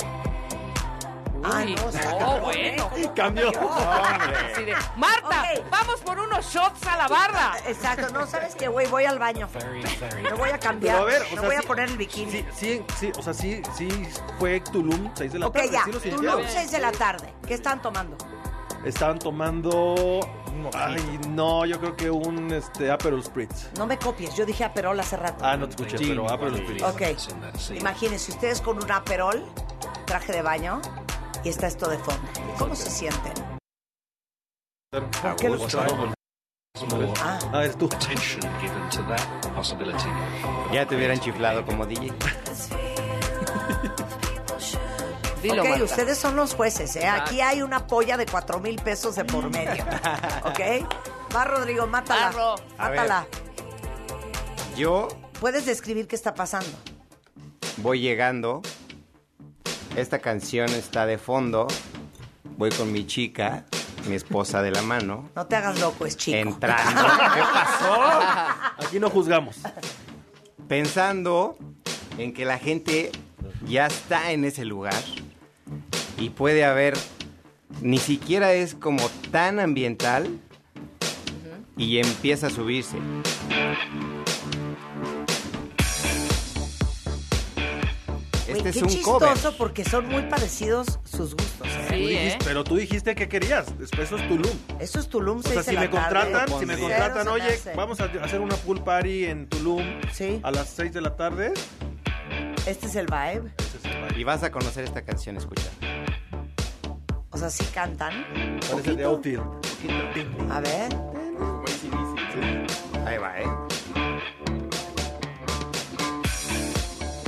S3: Ay, Ah, no, está cabrón,
S11: bueno.
S3: ¿eh?
S12: Cambió.
S11: Así de, Marta, vamos por unos shots a la barra.
S3: Exacto, no sabes que güey, voy al baño. Me voy a cambiar.
S12: Pero a ver, o
S3: me
S12: sea,
S3: voy a
S12: sí-
S3: poner el bikini.
S12: Sí, sí, sí, o sea, sí, sí fue Tulum 6 de la
S3: ok,
S12: tarde.
S3: ya.
S12: sí lo
S3: Tulum,
S12: sintieron.
S3: 6 de la tarde. ¿Qué están tomando?
S12: Estaban tomando. Ay, no, yo creo que un este, Aperol Spritz.
S3: No me copies, yo dije aperol hace rato.
S12: Ah, no te escuché,
S24: Gin,
S12: pero Aperol
S24: sí.
S12: Spritz.
S3: Ok. Imagínense ustedes con un aperol, traje de baño y está esto de fondo. ¿Cómo se sienten?
S12: ¿Por
S3: qué Ah. lo escucharon?
S12: A ver, tú.
S13: Ya te hubieran chiflado como DJ.
S11: Dilo,
S3: ok,
S11: Marta.
S3: ustedes son los jueces, ¿eh? Aquí hay una polla de 4 mil pesos de por medio. ¿Ok? Va, Rodrigo, mátala.
S11: Barro.
S13: A ver.
S3: Mátala.
S13: Yo
S3: Puedes describir qué está pasando.
S13: voy llegando. Esta canción está de fondo. Voy con mi chica, mi esposa de la mano.
S3: No te hagas loco, es chico.
S13: Entrando. ¿Qué pasó?
S12: Aquí no juzgamos.
S13: Pensando en que la gente ya está en ese lugar. Y puede haber. Ni siquiera es como tan ambiental. Y empieza a subirse.
S3: Güey,
S13: Este es
S3: qué
S13: un cover.
S3: chistoso porque son muy parecidos sus gustos. ¿eh?
S12: Tú dijiste- Pero tú dijiste que querías. Después eso es Tulum.
S3: Eso es Tulum,
S12: O
S3: seis
S12: sea,
S3: de
S12: si
S3: la
S12: me
S3: tarde.
S12: contratan, si me
S3: Cero se
S12: contratan,
S3: me
S12: oye,
S3: hace.
S12: vamos a hacer una pool party en Tulum a las 6 de la tarde.
S3: Este es el vibe.
S13: Y vas a conocer esta canción, escucha.
S3: O sea, sí cantan.
S12: Parece de Outfield.
S3: A ver.
S13: Ahí va, ¿eh?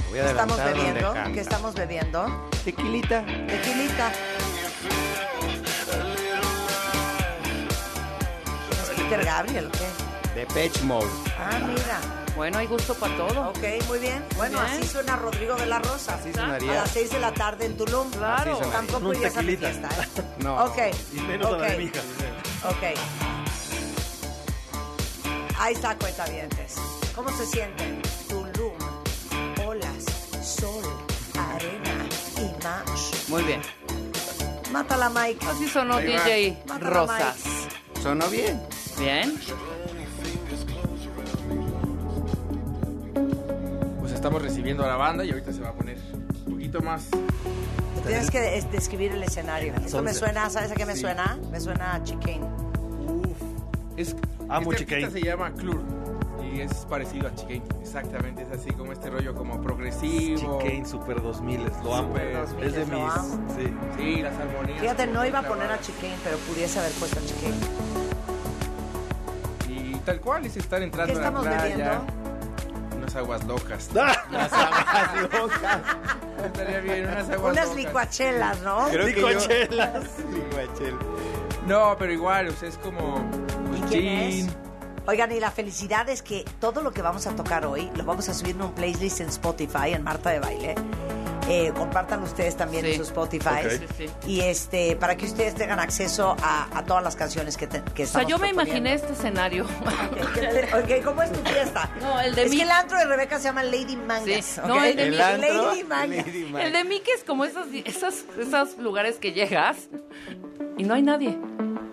S13: Voy
S3: ¿Qué
S13: a adelantar
S3: estamos
S13: donde
S3: bebiendo?
S13: canta.
S3: ¿Qué estamos bebiendo?
S13: Tequilita.
S3: Tequilita. ¿Es Peter Gabriel o qué?
S13: De Pitch Mode.
S3: Ah, mira.
S11: Bueno, hay gusto para todo.
S3: Ok, muy bien. Bueno,
S11: Bien.
S3: así suena Rodrigo de la Rosa. Así
S13: sonaría.
S3: A las 6 de la tarde en Tulum.
S13: Claro. sonaría.
S3: Tampoco
S13: Un
S3: irías a mi
S13: tequilita.
S3: fiesta, ¿eh?
S13: No.
S3: Ok.
S12: Y menos a la de
S3: ok,
S12: mi hija.
S3: Ok. Ahí está, cuentavientes. ¿Cómo se sienten? Tulum, olas, sol, arena y más.
S11: Muy bien.
S3: Mátala, Mike.
S11: Así sonó
S3: Ahí va.
S11: DJ
S3: Mátala,
S11: Rosas.
S3: Mike.
S13: Sonó bien.
S11: Bien.
S24: Pues estamos recibiendo a la banda y ahorita se va a poner un poquito más.
S3: Tienes que des- describir el escenario. Esto me
S24: Entonces,
S3: suena, ¿sabes a qué me
S24: sí.
S3: suena? Me suena a chicken.
S24: Es,
S12: Amo
S24: este
S12: Chicane.
S24: artista se llama Clur y es parecido a Chicane. Exactamente, es así como este rollo como progresivo.
S12: Chicane Super 2000, lo amo.
S24: Super 2000,
S12: Es de
S24: lo
S12: mis.
S24: amo.
S12: Sí.
S24: Sí, las armonías.
S3: Fíjate, no iba a poner a chicken, pero pudiese haber puesto a chicken.
S24: Y tal cual es estar entrando
S3: ¿Qué
S24: a la
S3: estamos
S24: playa. Unas aguas locas.
S12: Ah.
S24: Unas
S13: aguas locas.
S24: Estaría bien, unas aguas
S3: Unas
S24: locas.
S3: licuachelas, ¿no?
S24: Creo que yo-
S13: Licuachel.
S24: No, pero igual, o sea, es como. pues
S3: ¿Y quién es? Oigan, y la felicidad es que todo lo que vamos a tocar hoy lo vamos a subir en un playlist en Spotify, en Marta de Baile. eh, compartan ustedes también en su Spotify.
S11: Ok. Sí, sí,
S3: Y este, para que ustedes tengan acceso a, a todas las canciones que, te- que
S11: O sea,
S3: estamos
S11: yo me
S3: proponiendo.
S11: imaginé este escenario.
S3: Ok, ¿cómo es tu fiesta? No, el
S11: de
S3: es
S11: mí-
S3: que el antro de Rebeca se llama Lady Mangas. ¿ok?
S11: No, el de mi-
S3: Lady Mangas.
S11: El de Mickey es como esos, esos, esos lugares que llegas y no hay nadie.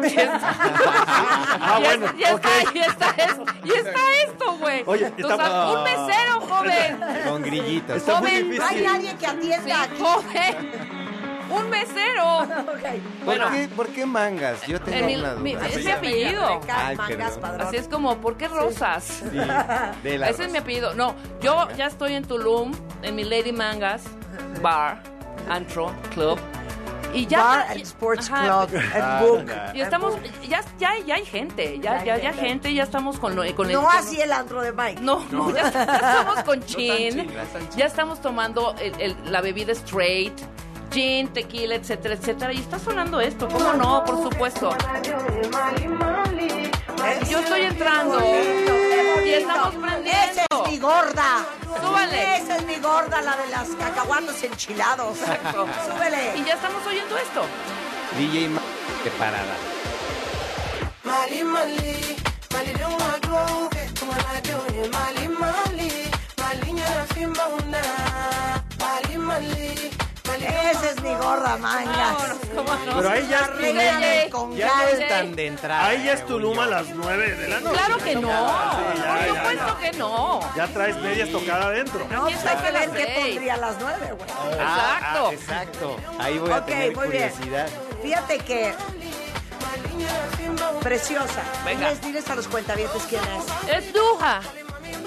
S11: ah,
S17: bueno,
S11: Y está, y está, es- y está esto, güey.
S13: Oye,
S11: O
S13: está-
S11: sea, un mesero, joven.
S13: Con grillitos.
S11: joven.
S3: que atienda
S11: aquí. Joven. Un mesero.
S13: ¿Por,
S11: Bueno,
S13: qué, por qué mangas? Yo tengo
S11: Eh, mi-
S13: una duda. Ah,
S11: mi- es mi apellido.
S13: Ay, perdón.
S11: Así es como, ¿por qué rosas?
S13: de la
S11: Ese es mi apellido. No, yo ya estoy en Tulum, en mi Lady Mangas Bar, Antro, Club. Y ya
S3: Bar and Sports Club, and Book.
S11: Y estamos, Ah, ya, ya, ya hay gente, ya,
S3: Ya
S11: ya,
S3: hay
S11: ya
S3: gente.
S11: gente, ya estamos con, lo- eh, con el-
S3: No
S11: con-
S3: así el antro de Mike.
S11: No, no, ya, ya estamos con chin,
S3: No tan chin, no tan
S11: ya estamos tomando el- el- la bebida straight, gin, tequila, etcétera, etcétera. Y está sonando esto, ¿cómo no? Por supuesto. Yo estoy entrando y estamos
S3: Esa es mi gorda.
S11: Súbale.
S3: Esa es mi gorda, la de las cacahuatos enchilados.
S13: Exacto.
S3: Súbele.
S11: Y ya estamos oyendo esto.
S13: DJ Ma- de parada.
S17: Mali, Mali, Mali don't want to go get to what I do in Mali, Mali, Mali, you're not feeling una. Mali, Mali, Mali,
S3: Esa es mi gorda mangas.
S12: Pero ahí ya-
S3: Arréglame con
S12: Ya no
S3: gas.
S12: es tan
S13: de
S12: Ahí ya es Tulum a las 9 de la noche.
S11: Claro que no.
S12: Sí, ya,
S11: Por
S12: ya,
S11: supuesto que no.
S12: ya. Ya traes medias tocadas adentro.
S3: No, pues hay que ver qué
S11: seis.
S3: pondría a las nueve, güey.
S13: Ah, ah, exacto. Ahí voy a
S3: Ok,
S13: tener
S3: muy bien.
S13: curiosidad.
S3: Fíjate que. Preciosa. Diles, diles a los cuentavientes quién es.
S11: Es Duja.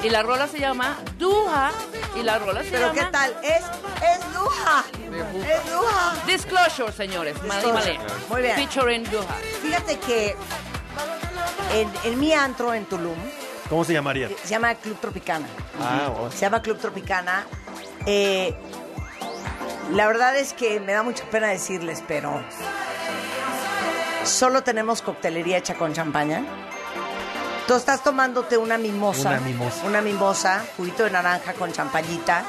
S11: Y la rola se llama Duja. Y la rola se llama.
S3: Pero qué tal, es, es Duja. Es Duja.
S11: Disclosure, señores. Madre
S3: Disclosure.
S11: mía.
S3: Muy bien.
S11: Featuring Duja.
S3: Fíjate que en, en mi antro en Tulum,
S12: ¿Cómo se llamaría?
S3: que se llama Club Tropicana.
S12: Ah, bueno.
S3: Se llama Club Tropicana. Eh, la verdad es que me da mucha pena decirles, pero solo tenemos coctelería hecha con champaña. Tú estás tomándote una mimosa.
S12: Una mimosa.
S3: Una mimosa, juguito de naranja con champañita.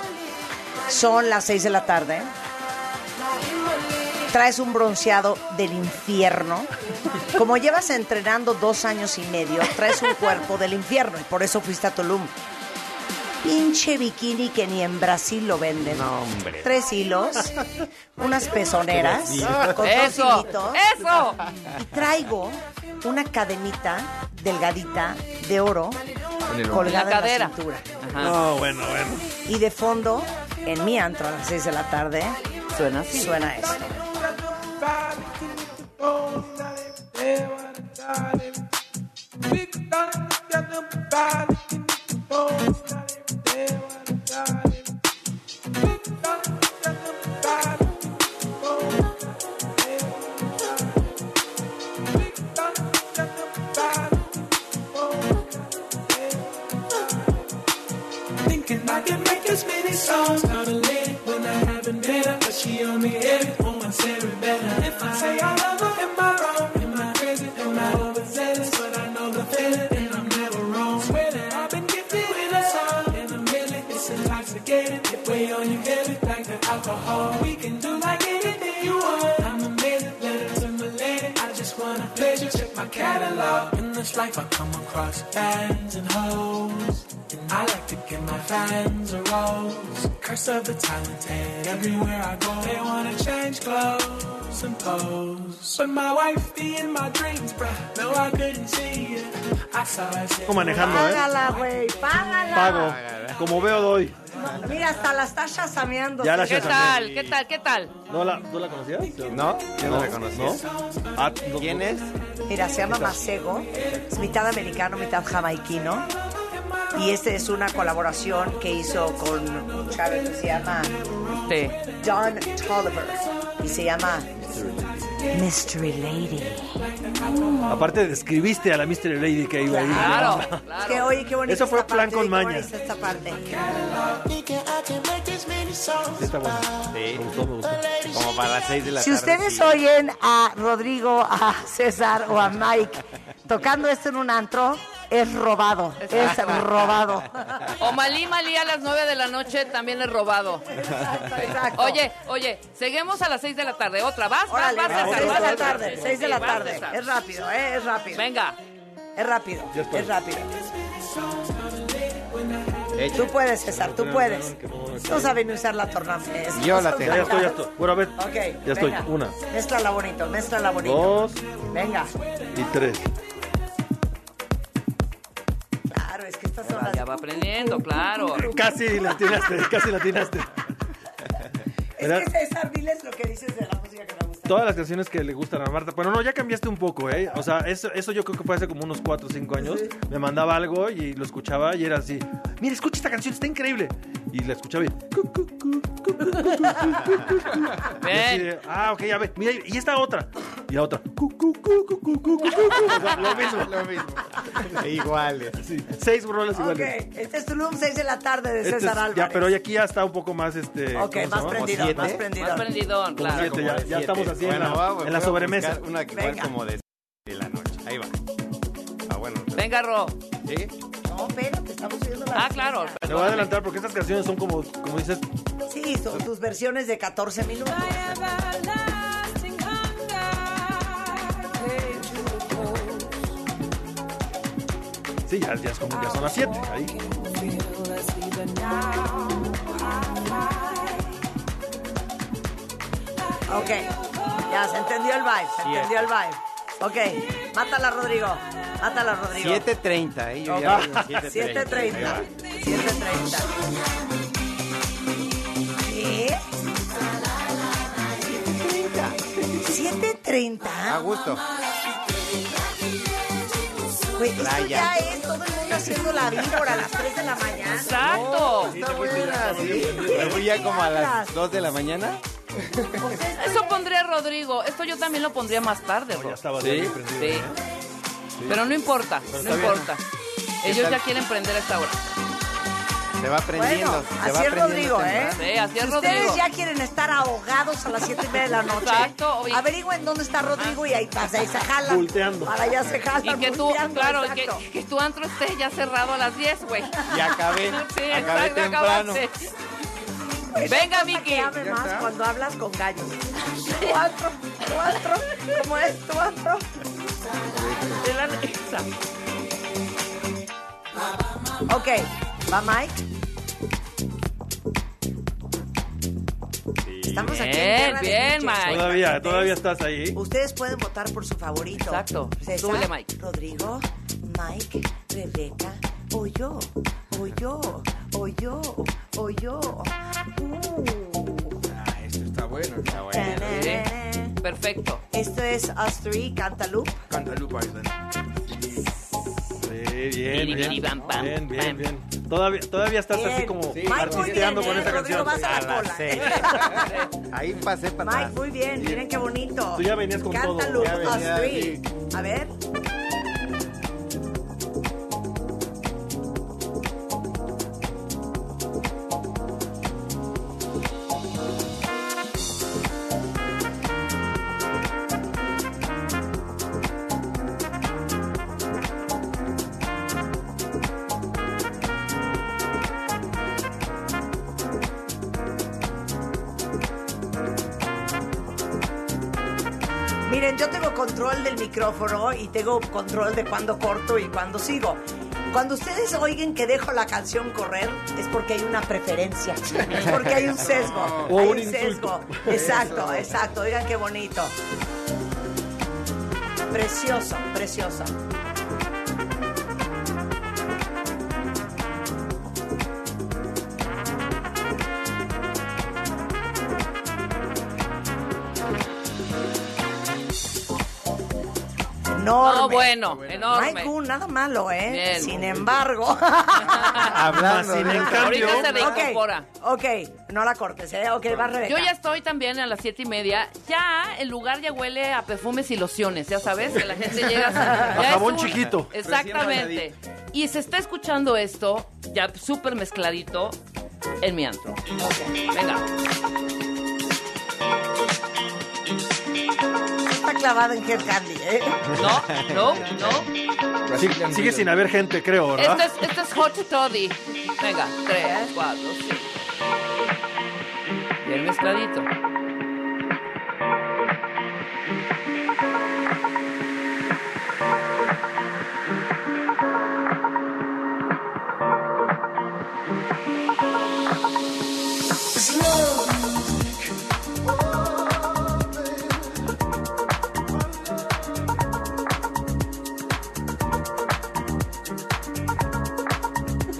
S3: Son las 6 de la tarde. Traes un bronceado del infierno. Como llevas entrenando dos años y medio, traes un cuerpo del infierno y por eso fuiste a Tulum. Pinche bikini que ni en Brasil lo venden.
S13: hombre.
S3: Tres hilos, unas pezoneras
S13: Tres
S17: hilos.
S3: con
S17: Eso,
S3: dos hilitos.
S17: eso.
S3: Y traigo una cadenita delgadita de oro
S17: En el hombro.
S3: colgada
S17: En la cadera.
S3: en la cintura.
S12: No, bueno, bueno.
S3: Y de fondo, en mi antro a las 6 de la tarde,
S11: suena
S3: Suena esto.
S17: Thinking I can make as many songs out of late when I haven't met her, but she on me every woman said it better. If I say I love her, am I wrong? Am I crazy? Am I overzealous? But I know the feeling, and I'm never wrong. Swear that I've been gifted with a song, and I'm really it's intoxicated. It weigh on you heavy like the alcohol. We can do like anything you want. I'm amazing, letter to my lady. I just wanna pleasure, check my catalog. In this life, I come across fans and hoes. And I like to give my fans a rose. Curse of the talented. Everywhere I go, they wanna change clothes and pose. But my wife be in my dreams, bruh. No, I couldn't see it. I saw it.
S12: Como manejando, ¿eh?
S3: Págala, güey, págala.
S12: Pago.
S13: Ah,
S12: Como veo, doy.
S3: Mira, hasta la estás chasameando.
S12: Ya la
S11: ¿Qué tal?
S12: chasameé.
S11: ¿Qué tal? ¿Qué tal?
S12: ¿No la, ¿Tú la conocías? Ah,
S13: No, yo no la conocía.
S12: ¿Quién es?
S3: Mira, se llama Masego, es mitad americano, mitad jamaiquino. Y esta es una colaboración que hizo con un chavo que se llama Don Tolliver. Y se llama Mystery Lady.
S12: Aparte, describiste a la Mystery Lady que iba
S3: Claro.
S12: ahí.
S3: Que, oye, qué bonito
S12: Eso fue
S3: esta
S12: plan
S3: parte,
S12: con
S3: oye, qué
S12: maña.
S3: bonita esta parte.
S12: Sí, está bueno.
S13: Sí. Como para las 6 de la
S3: Si
S13: tarde.
S3: ustedes
S13: sí.
S3: oyen a Rodrigo, a César o a Mike tocando esto en un antro, Es robado, es robado.
S11: O Malí Malí a las 9 de la noche también es robado.
S3: exacto.
S11: Oye, oye, seguimos a las 6 de la tarde. Otra, vas,
S3: Órale,
S11: vas, vas,
S3: va,
S11: César,
S3: seis de
S11: vas,
S3: la
S11: César.
S3: tarde, seis de la
S11: Sí, vas,
S3: tarde.
S11: César.
S3: Es rápido, ¿eh? Es rápido.
S11: Venga.
S3: Es rápido, es rápido.
S13: Hecho.
S3: Tú puedes, César, tú puedes. No saben usar la eh, tornamesa.
S13: Yo la
S3: No
S13: tengo.
S3: saben
S13: Ya estoy, ya
S3: nada.
S12: estoy. Bueno, a ver.
S3: Ok,
S12: Ya estoy.
S3: venga.
S12: Una.
S3: Mézclala bonito, mézclala bonito.
S12: Dos.
S3: Venga.
S12: y tres.
S3: Claro, es que estas son las...
S11: Ya va aprendiendo, claro.
S12: Casi la atinaste, Este, casi la atinaste.
S3: Es que César, diles lo que dices de la música que me gusta.
S12: Todas las canciones que le gustan a Marta. Bueno, no, ya cambiaste un poco, ¿eh? O sea, eso, eso yo creo que fue hace como unos 4 o 5 años. Me mandaba algo y lo escuchaba y era así. Mira, escucha esta canción, está increíble. Y la escuchaba y... y así de, ah, ok, a ver, mira, y esta otra. Y la otra. cu, cu, cu, cu, cu, cu, cu, cu. O sea, lo mismo.
S13: Lo mismo. E Iguales.
S12: Seis rolas
S3: Ok,
S12: iguales.
S3: este es Tulum, 6 de la tarde de
S12: Este es-
S3: César
S12: ya,
S3: Álvarez.
S12: pero hoy aquí ya está un poco más este. ¿cómo
S3: Ok,
S12: se
S3: más
S12: llama?
S3: prendido,
S12: ¿Siete?
S3: más prendido.
S11: Más prendidón,
S12: Como
S11: claro.
S12: siete, ya, ya estamos así en la,
S13: va, voy
S12: en la
S13: a
S12: sobremesa.
S13: buscar Una que igual como de, de la noche. Ahí va. Ah, bueno.
S11: Venga, Ro.
S13: ¿Sí?
S3: No, espérate, estamos subiendo la
S11: Ah, claro.
S12: Te voy a adelantar porque estas canciones son como, como dices,
S3: Sí, son tus versiones de 14 minutos.
S12: sí, ya, ya es como
S3: Ah,
S12: ya son las 7. Ahí.
S3: Ok, ya se entendió el vibe, se entendió el vibe. Ok, mátala, Rodrigo. Mátala, Rodrigo.
S13: 7.30, ¿eh? Yo
S3: Ok.
S13: ya voy a
S3: 7.30.
S13: Ahí va.
S3: 7.30. ¿Qué? 7.30. A
S13: gusto.
S3: Güey, esto
S13: Playa.
S3: ya es todo el mundo haciendo la víbora a las 3 de la mañana.
S11: Exacto.
S13: Está
S3: Ah,
S13: buena, sí. Me fui ya como a las 2 de la mañana.
S11: Eso pondría Rodrigo. Esto yo también lo pondría más tarde, Ro.
S13: Sí.
S11: Sí. Pero no importa,
S13: Pero
S11: no
S13: está bien.
S11: importa.
S13: ¿Qué
S11: Ellos
S13: tal?
S11: ya quieren prender a esta hora.
S13: Se va aprendiendo.
S3: Bueno,
S13: se va este
S3: así es
S13: aprendiendo
S3: Rodrigo, ¿eh?
S13: temprano.
S11: Sí, así es
S3: si
S11: Rodrigo.
S3: ustedes ya quieren estar ahogados a las 7 y media de la noche,
S11: Exacto,
S3: averigüen dónde está Rodrigo y ahí pasa, ahí se jalan.
S12: Volteando.
S3: Para allá se jalan.
S11: Y que tú,
S3: volteando,
S11: claro, que,
S3: exacto.
S11: que tu antro esté ya cerrado a las 10, güey.
S13: Y acabé,
S11: Sí,
S13: acabé
S11: exacto,
S13: temprano.
S11: acabaste.
S3: Esa
S11: Venga,
S3: cosa
S11: Vicky.
S3: que ame
S11: Ya
S3: más
S11: está.
S3: cuando hablas con gallos. Tu antro, tu antro, ¿cómo es tu antro?
S11: De la- exacto.
S3: Ok, va Mike. Estamos aquí en
S11: Bien,
S3: Guerra de
S11: bien,
S3: DJs.
S11: Mike.
S12: Todavía, todavía estás ahí.
S3: Ustedes pueden votar por su favorito.
S11: Exacto.
S3: César,
S11: Súbele, Mike.
S3: Rodrigo, Mike, Rebeca, o yo, o yo, o yo, o yo. Mm.
S24: Ah, esto está bueno. Está
S11: Perfecto.
S3: Esto es Us Three, Cantaloupe.
S24: Cantaloupe Island.
S12: Sí, bien,
S11: Bili,
S12: bien.
S11: bili, bam, pam,
S12: Bien, bien,
S11: pam.
S12: bien. Todavía, todavía estás así
S3: Bien.
S12: como
S3: Mike, muy
S12: artisteando
S3: bien,
S12: con
S3: ¿eh?
S12: esta
S3: Rodrigo,
S12: canción.
S3: vas a ¿eh? la
S13: A
S3: cola.
S13: las seis. Ahí pasé para
S3: Mike,
S13: atrás.
S3: muy bien, miren qué bonito.
S12: Tú ya venías con todo.
S3: Cantaloupe,
S13: Ya
S3: Us
S13: venía
S3: Three. A ver. Miren, yo tengo control del micrófono y tengo control de cuándo corto y cuándo sigo. Cuando ustedes oigan que dejo la canción correr, es porque hay una preferencia, es porque hay un sesgo.
S12: O
S3: hay
S12: un
S3: sesgo.
S12: insulto. Eso.
S3: Exacto, exacto. Oigan qué bonito. Precioso, precioso. Enorme.
S11: No, bueno,
S3: Mike
S11: enorme.
S3: Gu, nada malo, ¿eh?
S11: Bien.
S3: Sin embargo.
S13: Hablando
S12: Sin
S13: de
S12: en
S13: eso.
S12: cambio,
S11: Ahorita se
S3: Ok,
S11: reincorpora.
S3: ok, no la cortes, ¿eh? Ok, va Rebeca.
S11: Yo ya estoy también a las siete y media. Ya el lugar ya huele a perfumes y lociones, ya sabes, que la gente llega así. Ya es
S12: jabón
S11: un-
S12: chiquito.
S11: Exactamente. Y se está escuchando esto, ya súper mezcladito, en mi antro. Venga.
S3: Está clavada en Head Candy, ¿eh?
S11: No, no, no.
S12: Sí, sigue sin haber gente, creo, ¿verdad?
S11: Este es, este es Hot Toddy. Venga, tres, cuatro, cinco. Bien mezcladito.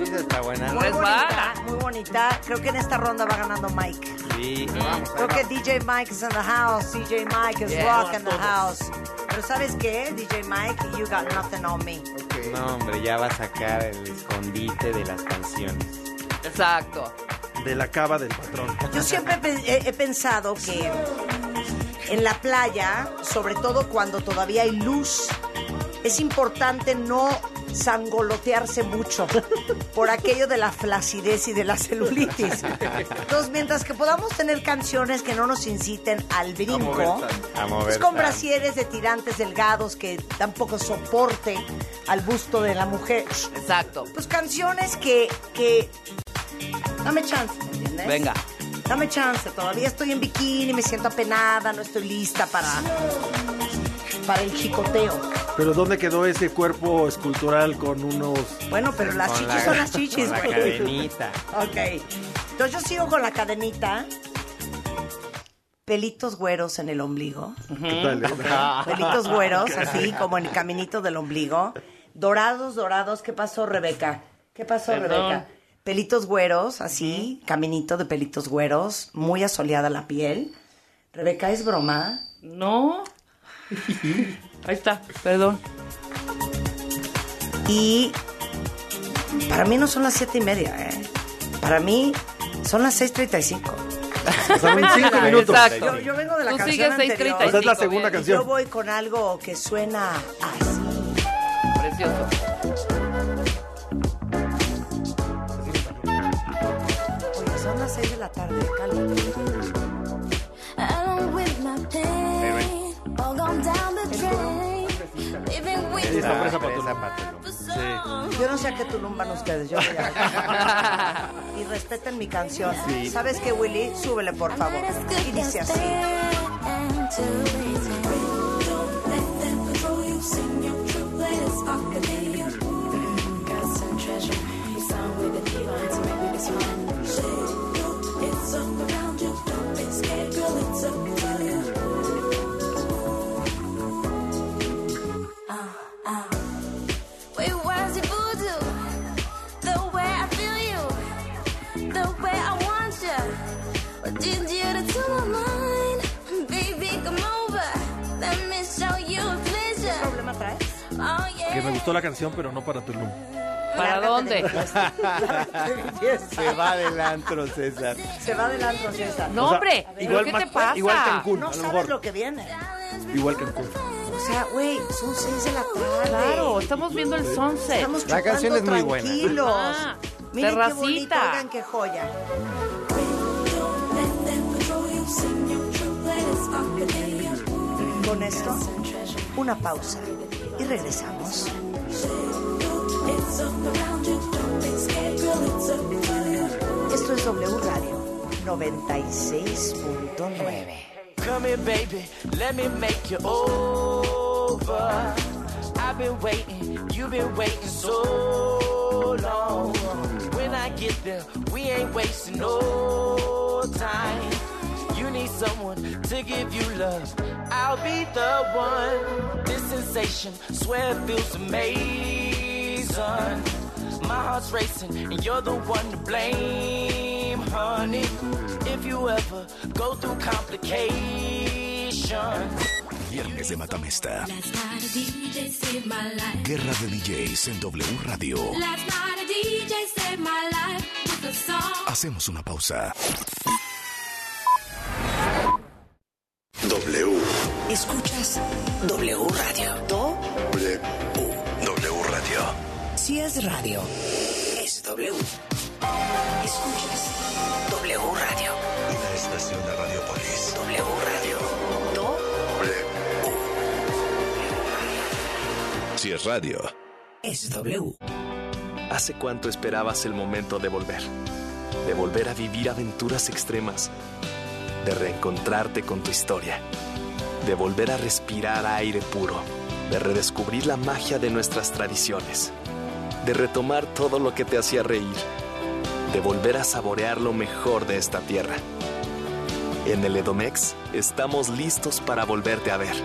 S13: Esa está buena.
S3: Muy bonita, muy bonita. Creo que en esta ronda va ganando Mike.
S13: Sí, vamos.
S3: Creo que DJ Mike is in the house. DJ Mike is
S13: Bien,
S3: rock in the
S13: todos.
S3: house. Pero ¿sabes qué? DJ Mike, you got nothing on me.
S13: No, hombre, ya va a sacar el escondite de las canciones.
S11: Exacto.
S12: De la cava del patrón.
S3: Yo siempre pe- he, he pensado que en la playa, sobre todo cuando todavía hay luz, es importante no sangolotearse mucho por aquello de la flacidez y de la celulitis. Entonces, mientras que podamos tener canciones que no nos inciten al brinco,
S13: A
S3: es
S13: mover
S3: con
S13: tan-
S3: brasieres de tirantes delgados que tampoco soporte al busto de la mujer.
S11: Exacto.
S3: Pues canciones que, que... Dame chance, ¿me entiendes?
S11: Venga.
S3: Dame chance, todavía estoy en bikini, me siento apenada, no estoy lista para, para el chicoteo.
S12: Pero ¿dónde quedó ese cuerpo escultural con unos...
S3: Bueno, pero las
S12: Con
S3: chichis
S12: la-
S3: son las chichis.
S12: con la
S3: güey.
S12: cadenita.
S3: Ok. Entonces yo sigo con la cadenita. Pelitos güeros en el ombligo.
S12: tal, eh?
S3: Ok. Pelitos güeros,
S12: Ok.
S3: así como en el caminito del ombligo. Dorados, dorados. ¿Qué pasó, Rebeca? ¿Qué pasó,
S11: Perdón.
S3: Rebeca? Pelitos güeros, así, caminito de pelitos güeros, muy asoleada la piel. Rebeca, ¿es broma?
S11: No. Ahí está, perdón.
S3: Y para mí no son las siete y media, ¿eh? Para mí son las 6.35.
S12: Pasaron cinco minutos.
S3: Yo, yo vengo de la
S11: Tú
S3: canción
S11: sigues
S3: anterior.
S11: 6.35, O sea, es la
S12: segunda bien. canción.
S3: Yo voy con algo que suena
S11: Precioso.
S3: Oye, son las 6 de la tarde,
S15: Along with my pain, all gone down the drain. Living with
S13: Esa
S15: my
S13: presa para Tulum.
S3: Yo no sé a qué Tulum van ustedes. Yo voy a... y respeten mi canción.
S13: Sí.
S3: ¿Sabes qué, Willy? Súbele, por favor. Y dice así.
S15: Wait, why's it voodoo? The way I feel you, the way I want you. What did you do to my mind? Baby, come over. Let me show you a pleasure. Oh, yeah.
S12: Que me gustó la canción, pero no para Tulum.
S11: ¿Para dónde?
S13: Se va del antro, César.
S3: Se va del antro, César.
S11: No,
S13: O sea,
S11: hombre. ¿pero
S13: igual
S11: ¿Qué
S13: más-
S11: te pasa?
S13: igual Cancún,
S3: No
S13: a lo
S3: sabes
S13: mejor.
S3: lo que viene.
S13: Igual que en Cuba.
S3: O sea, güey, son 6 de la tarde.
S11: Claro, estamos viendo el sunset.
S3: Estamos
S13: La canción
S3: chupando
S13: es muy buena.
S3: tranquilos.
S11: Ah,
S3: Miren qué
S11: terracita.
S3: bonito, oigan qué joya. Con esto, una pausa y regresamos. Esto es W Radio 96.9.
S25: Come here, baby, let me make you over. I've been waiting, you've been waiting so long. When I get there, we ain't wasting no time. You need someone to give you love. I'll be the one. This sensation, swear it feels amazing. My heart's racing, and you're the one to blame, honey. If you ever go through complications.
S7: Viernes de Matamesta.
S25: Last night a DJ saved my life.
S7: Guerra de DJs en W Radio.
S15: Last night a DJ saved my life with a song.
S7: Hacemos una pausa. W.
S14: Escuchas W Radio. Do
S7: W. W Radio.
S14: si es radio, es W. Escuchas W Radio.
S7: Una estación de Radiopolis.
S14: W Radio. Do
S7: Si es radio,
S3: Es W.
S21: ¿Hace cuánto esperabas el momento de volver? De volver a vivir aventuras extremas. De reencontrarte con tu historia. De volver a respirar aire puro. De redescubrir la magia de nuestras tradiciones. De retomar todo lo que te hacía reír. De volver a saborear lo mejor de esta tierra. En el Edomex estamos listos para volverte a ver.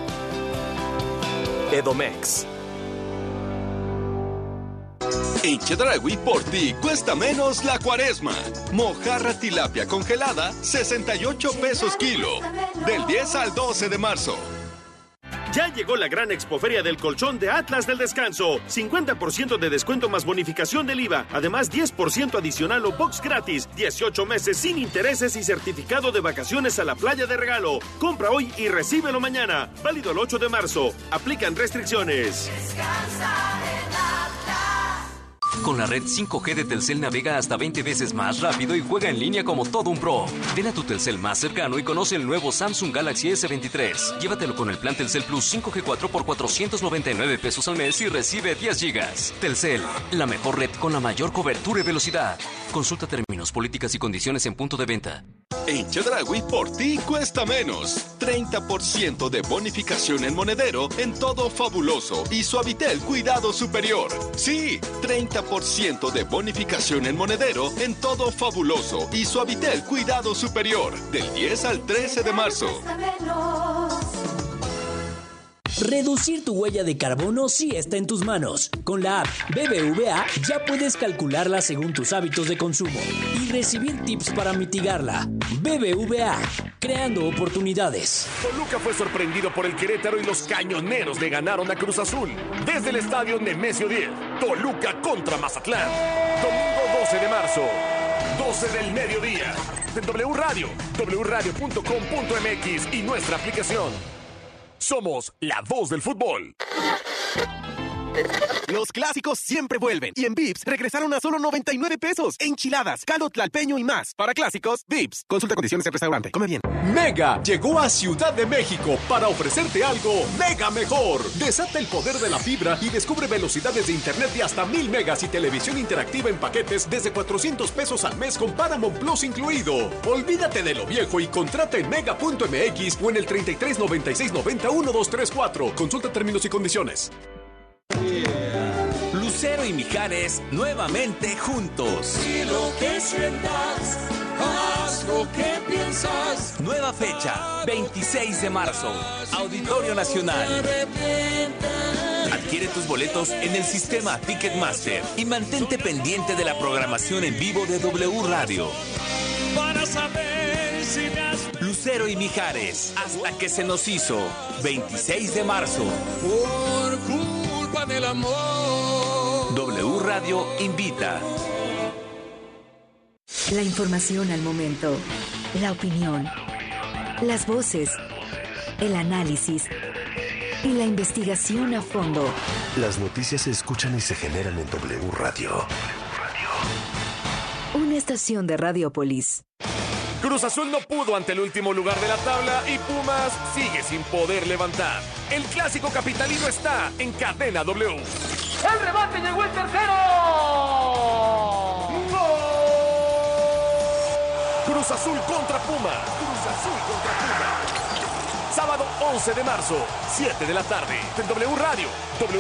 S21: Edomex.
S23: En Chedragui por ti cuesta menos la cuaresma. Mojarra tilapia congelada, 68 pesos kilo. Del 10 al 12 de marzo.
S26: Ya llegó la gran expoferia del colchón de Atlas del Descanso. 50% de descuento más bonificación del IVA. Además, 10% adicional o box gratis. 18 meses sin intereses y certificado de vacaciones a la playa de regalo. Compra hoy y recíbelo mañana. Válido el 8 de marzo. Aplican restricciones.
S27: Con la red 5G de Telcel navega hasta 20 veces más rápido y juega en línea como todo un pro. Ven a tu Telcel más cercano y conoce el nuevo Samsung Galaxy S23. Llévatelo con el plan Telcel Plus 5G4 por 499 pesos al mes y recibe 10 gigas. Telcel, la mejor red con la mayor cobertura y velocidad. Consulta términos, políticas y condiciones en punto de venta.
S23: En Chedragui por ti cuesta menos. 30% de bonificación en monedero en todo fabuloso y suavitel cuidado superior. Sí, 30% de bonificación en monedero en todo fabuloso y suavitel cuidado superior. Del 10 al 13 de marzo.
S28: Reducir tu huella de carbono sí está en tus manos. Con la app BBVA ya puedes calcularla según tus hábitos de consumo y recibir tips para mitigarla. BBVA, creando oportunidades.
S6: Toluca fue sorprendido por el Querétaro y los cañoneros le ganaron a Cruz Azul. Desde el estadio Nemesio 10, Toluca contra Mazatlán. Domingo 12 de marzo, 12 del mediodía. En W Radio, wradio.com.mx y nuestra aplicación. Somos la voz del fútbol.
S29: Los clásicos siempre vuelven. Y en Vips regresaron a solo 99 pesos. Enchiladas, caldo tlalpeño y más. Para clásicos, Vips. Consulta condiciones en restaurante. Come bien.
S4: Mega llegó a Ciudad de México para ofrecerte algo mega mejor. Desata el poder de la fibra y descubre velocidades de internet de hasta 1000 megas y televisión interactiva en paquetes desde 400 pesos al mes con Paramount Plus incluido. Olvídate de lo viejo y contrata en mega.mx o en el 33 96 90 1234. Consulta términos y condiciones.
S8: Lucero y Mijares nuevamente juntos.
S7: Y lo que sientas, haz lo que piensas.
S8: Nueva fecha, 26 de marzo, Auditorio Nacional. Adquiere tus boletos en el sistema Ticketmaster y mantente pendiente de la programación en vivo de W Radio.
S7: Para saber si me has
S8: Lucero y Mijares, hasta que se nos hizo, 26 de marzo.
S7: por culpa del amor.
S8: W Radio invita.
S30: La información al momento, la opinión, las voces, el análisis y la investigación a fondo.
S14: Las noticias se escuchan y se generan en W Radio.
S30: Una estación de Radiopolis.
S6: Cruz Azul no pudo ante el último lugar de la tabla y Pumas sigue sin poder levantar. El clásico capitalino está en cadena W.
S7: El remate llegó el tercero.
S6: Cruz Azul contra Pumas. Cruz Azul contra Pumas. Sábado 11 de marzo, 7 de la tarde, en W Radio,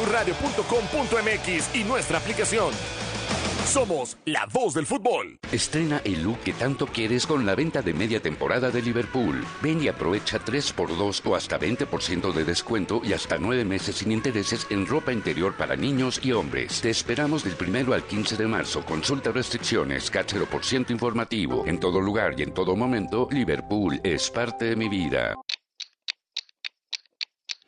S6: wradio.com.mx y nuestra aplicación. Somos la voz del fútbol.
S31: Estrena el look que tanto quieres con la venta de media temporada de Liverpool. Ven y aprovecha 3x2 o hasta 20% de descuento y hasta 9 meses sin intereses en ropa interior para niños y hombres. Te esperamos del 1 al 15 de marzo. Consulta restricciones, por ciento informativo. En todo lugar y en todo momento, Liverpool es parte de mi vida.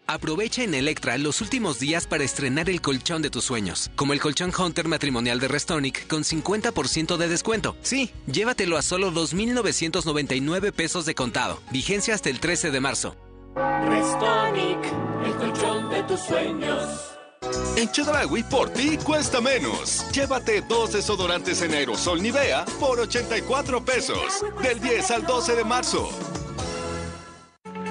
S32: Aprovecha en Electra los últimos días para estrenar el colchón de tus sueños, como el colchón Hunter matrimonial de Restonic con 50% de descuento. Sí, llévatelo a solo 2.999 pesos de contado. Vigencia hasta el 13 de marzo.
S7: Restonic, el colchón de tus sueños.
S23: En Chedragui por ti cuesta menos. Llévate dos desodorantes en aerosol Nivea por 84 pesos. Del 10 al 12 de marzo.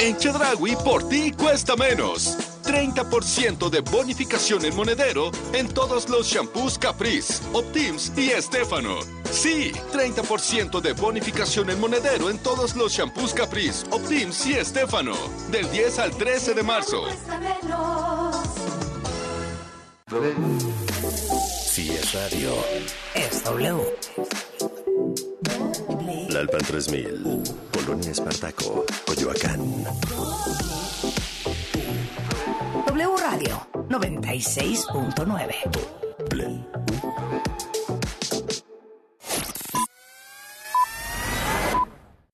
S23: En Chedragui, por ti cuesta menos. 30% de bonificación en monedero en todos los shampoos Caprice, Optims y Estefano. Sí, 30% de bonificación en monedero en todos los shampoos Caprice, Optims y Estefano. Del 10 al 13 de marzo.
S14: Si es radio,
S3: Es W.
S14: La Alpan 3000, Polonia Espartaco, Coyoacán.
S3: W Radio 96.9.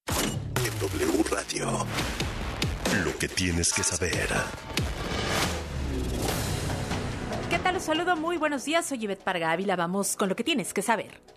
S14: W Radio. Lo que tienes que saber.
S9: ¿Qué tal? Los saludo muy buenos días. Soy Ivette Parga Ávila. Vamos con lo que tienes que saber.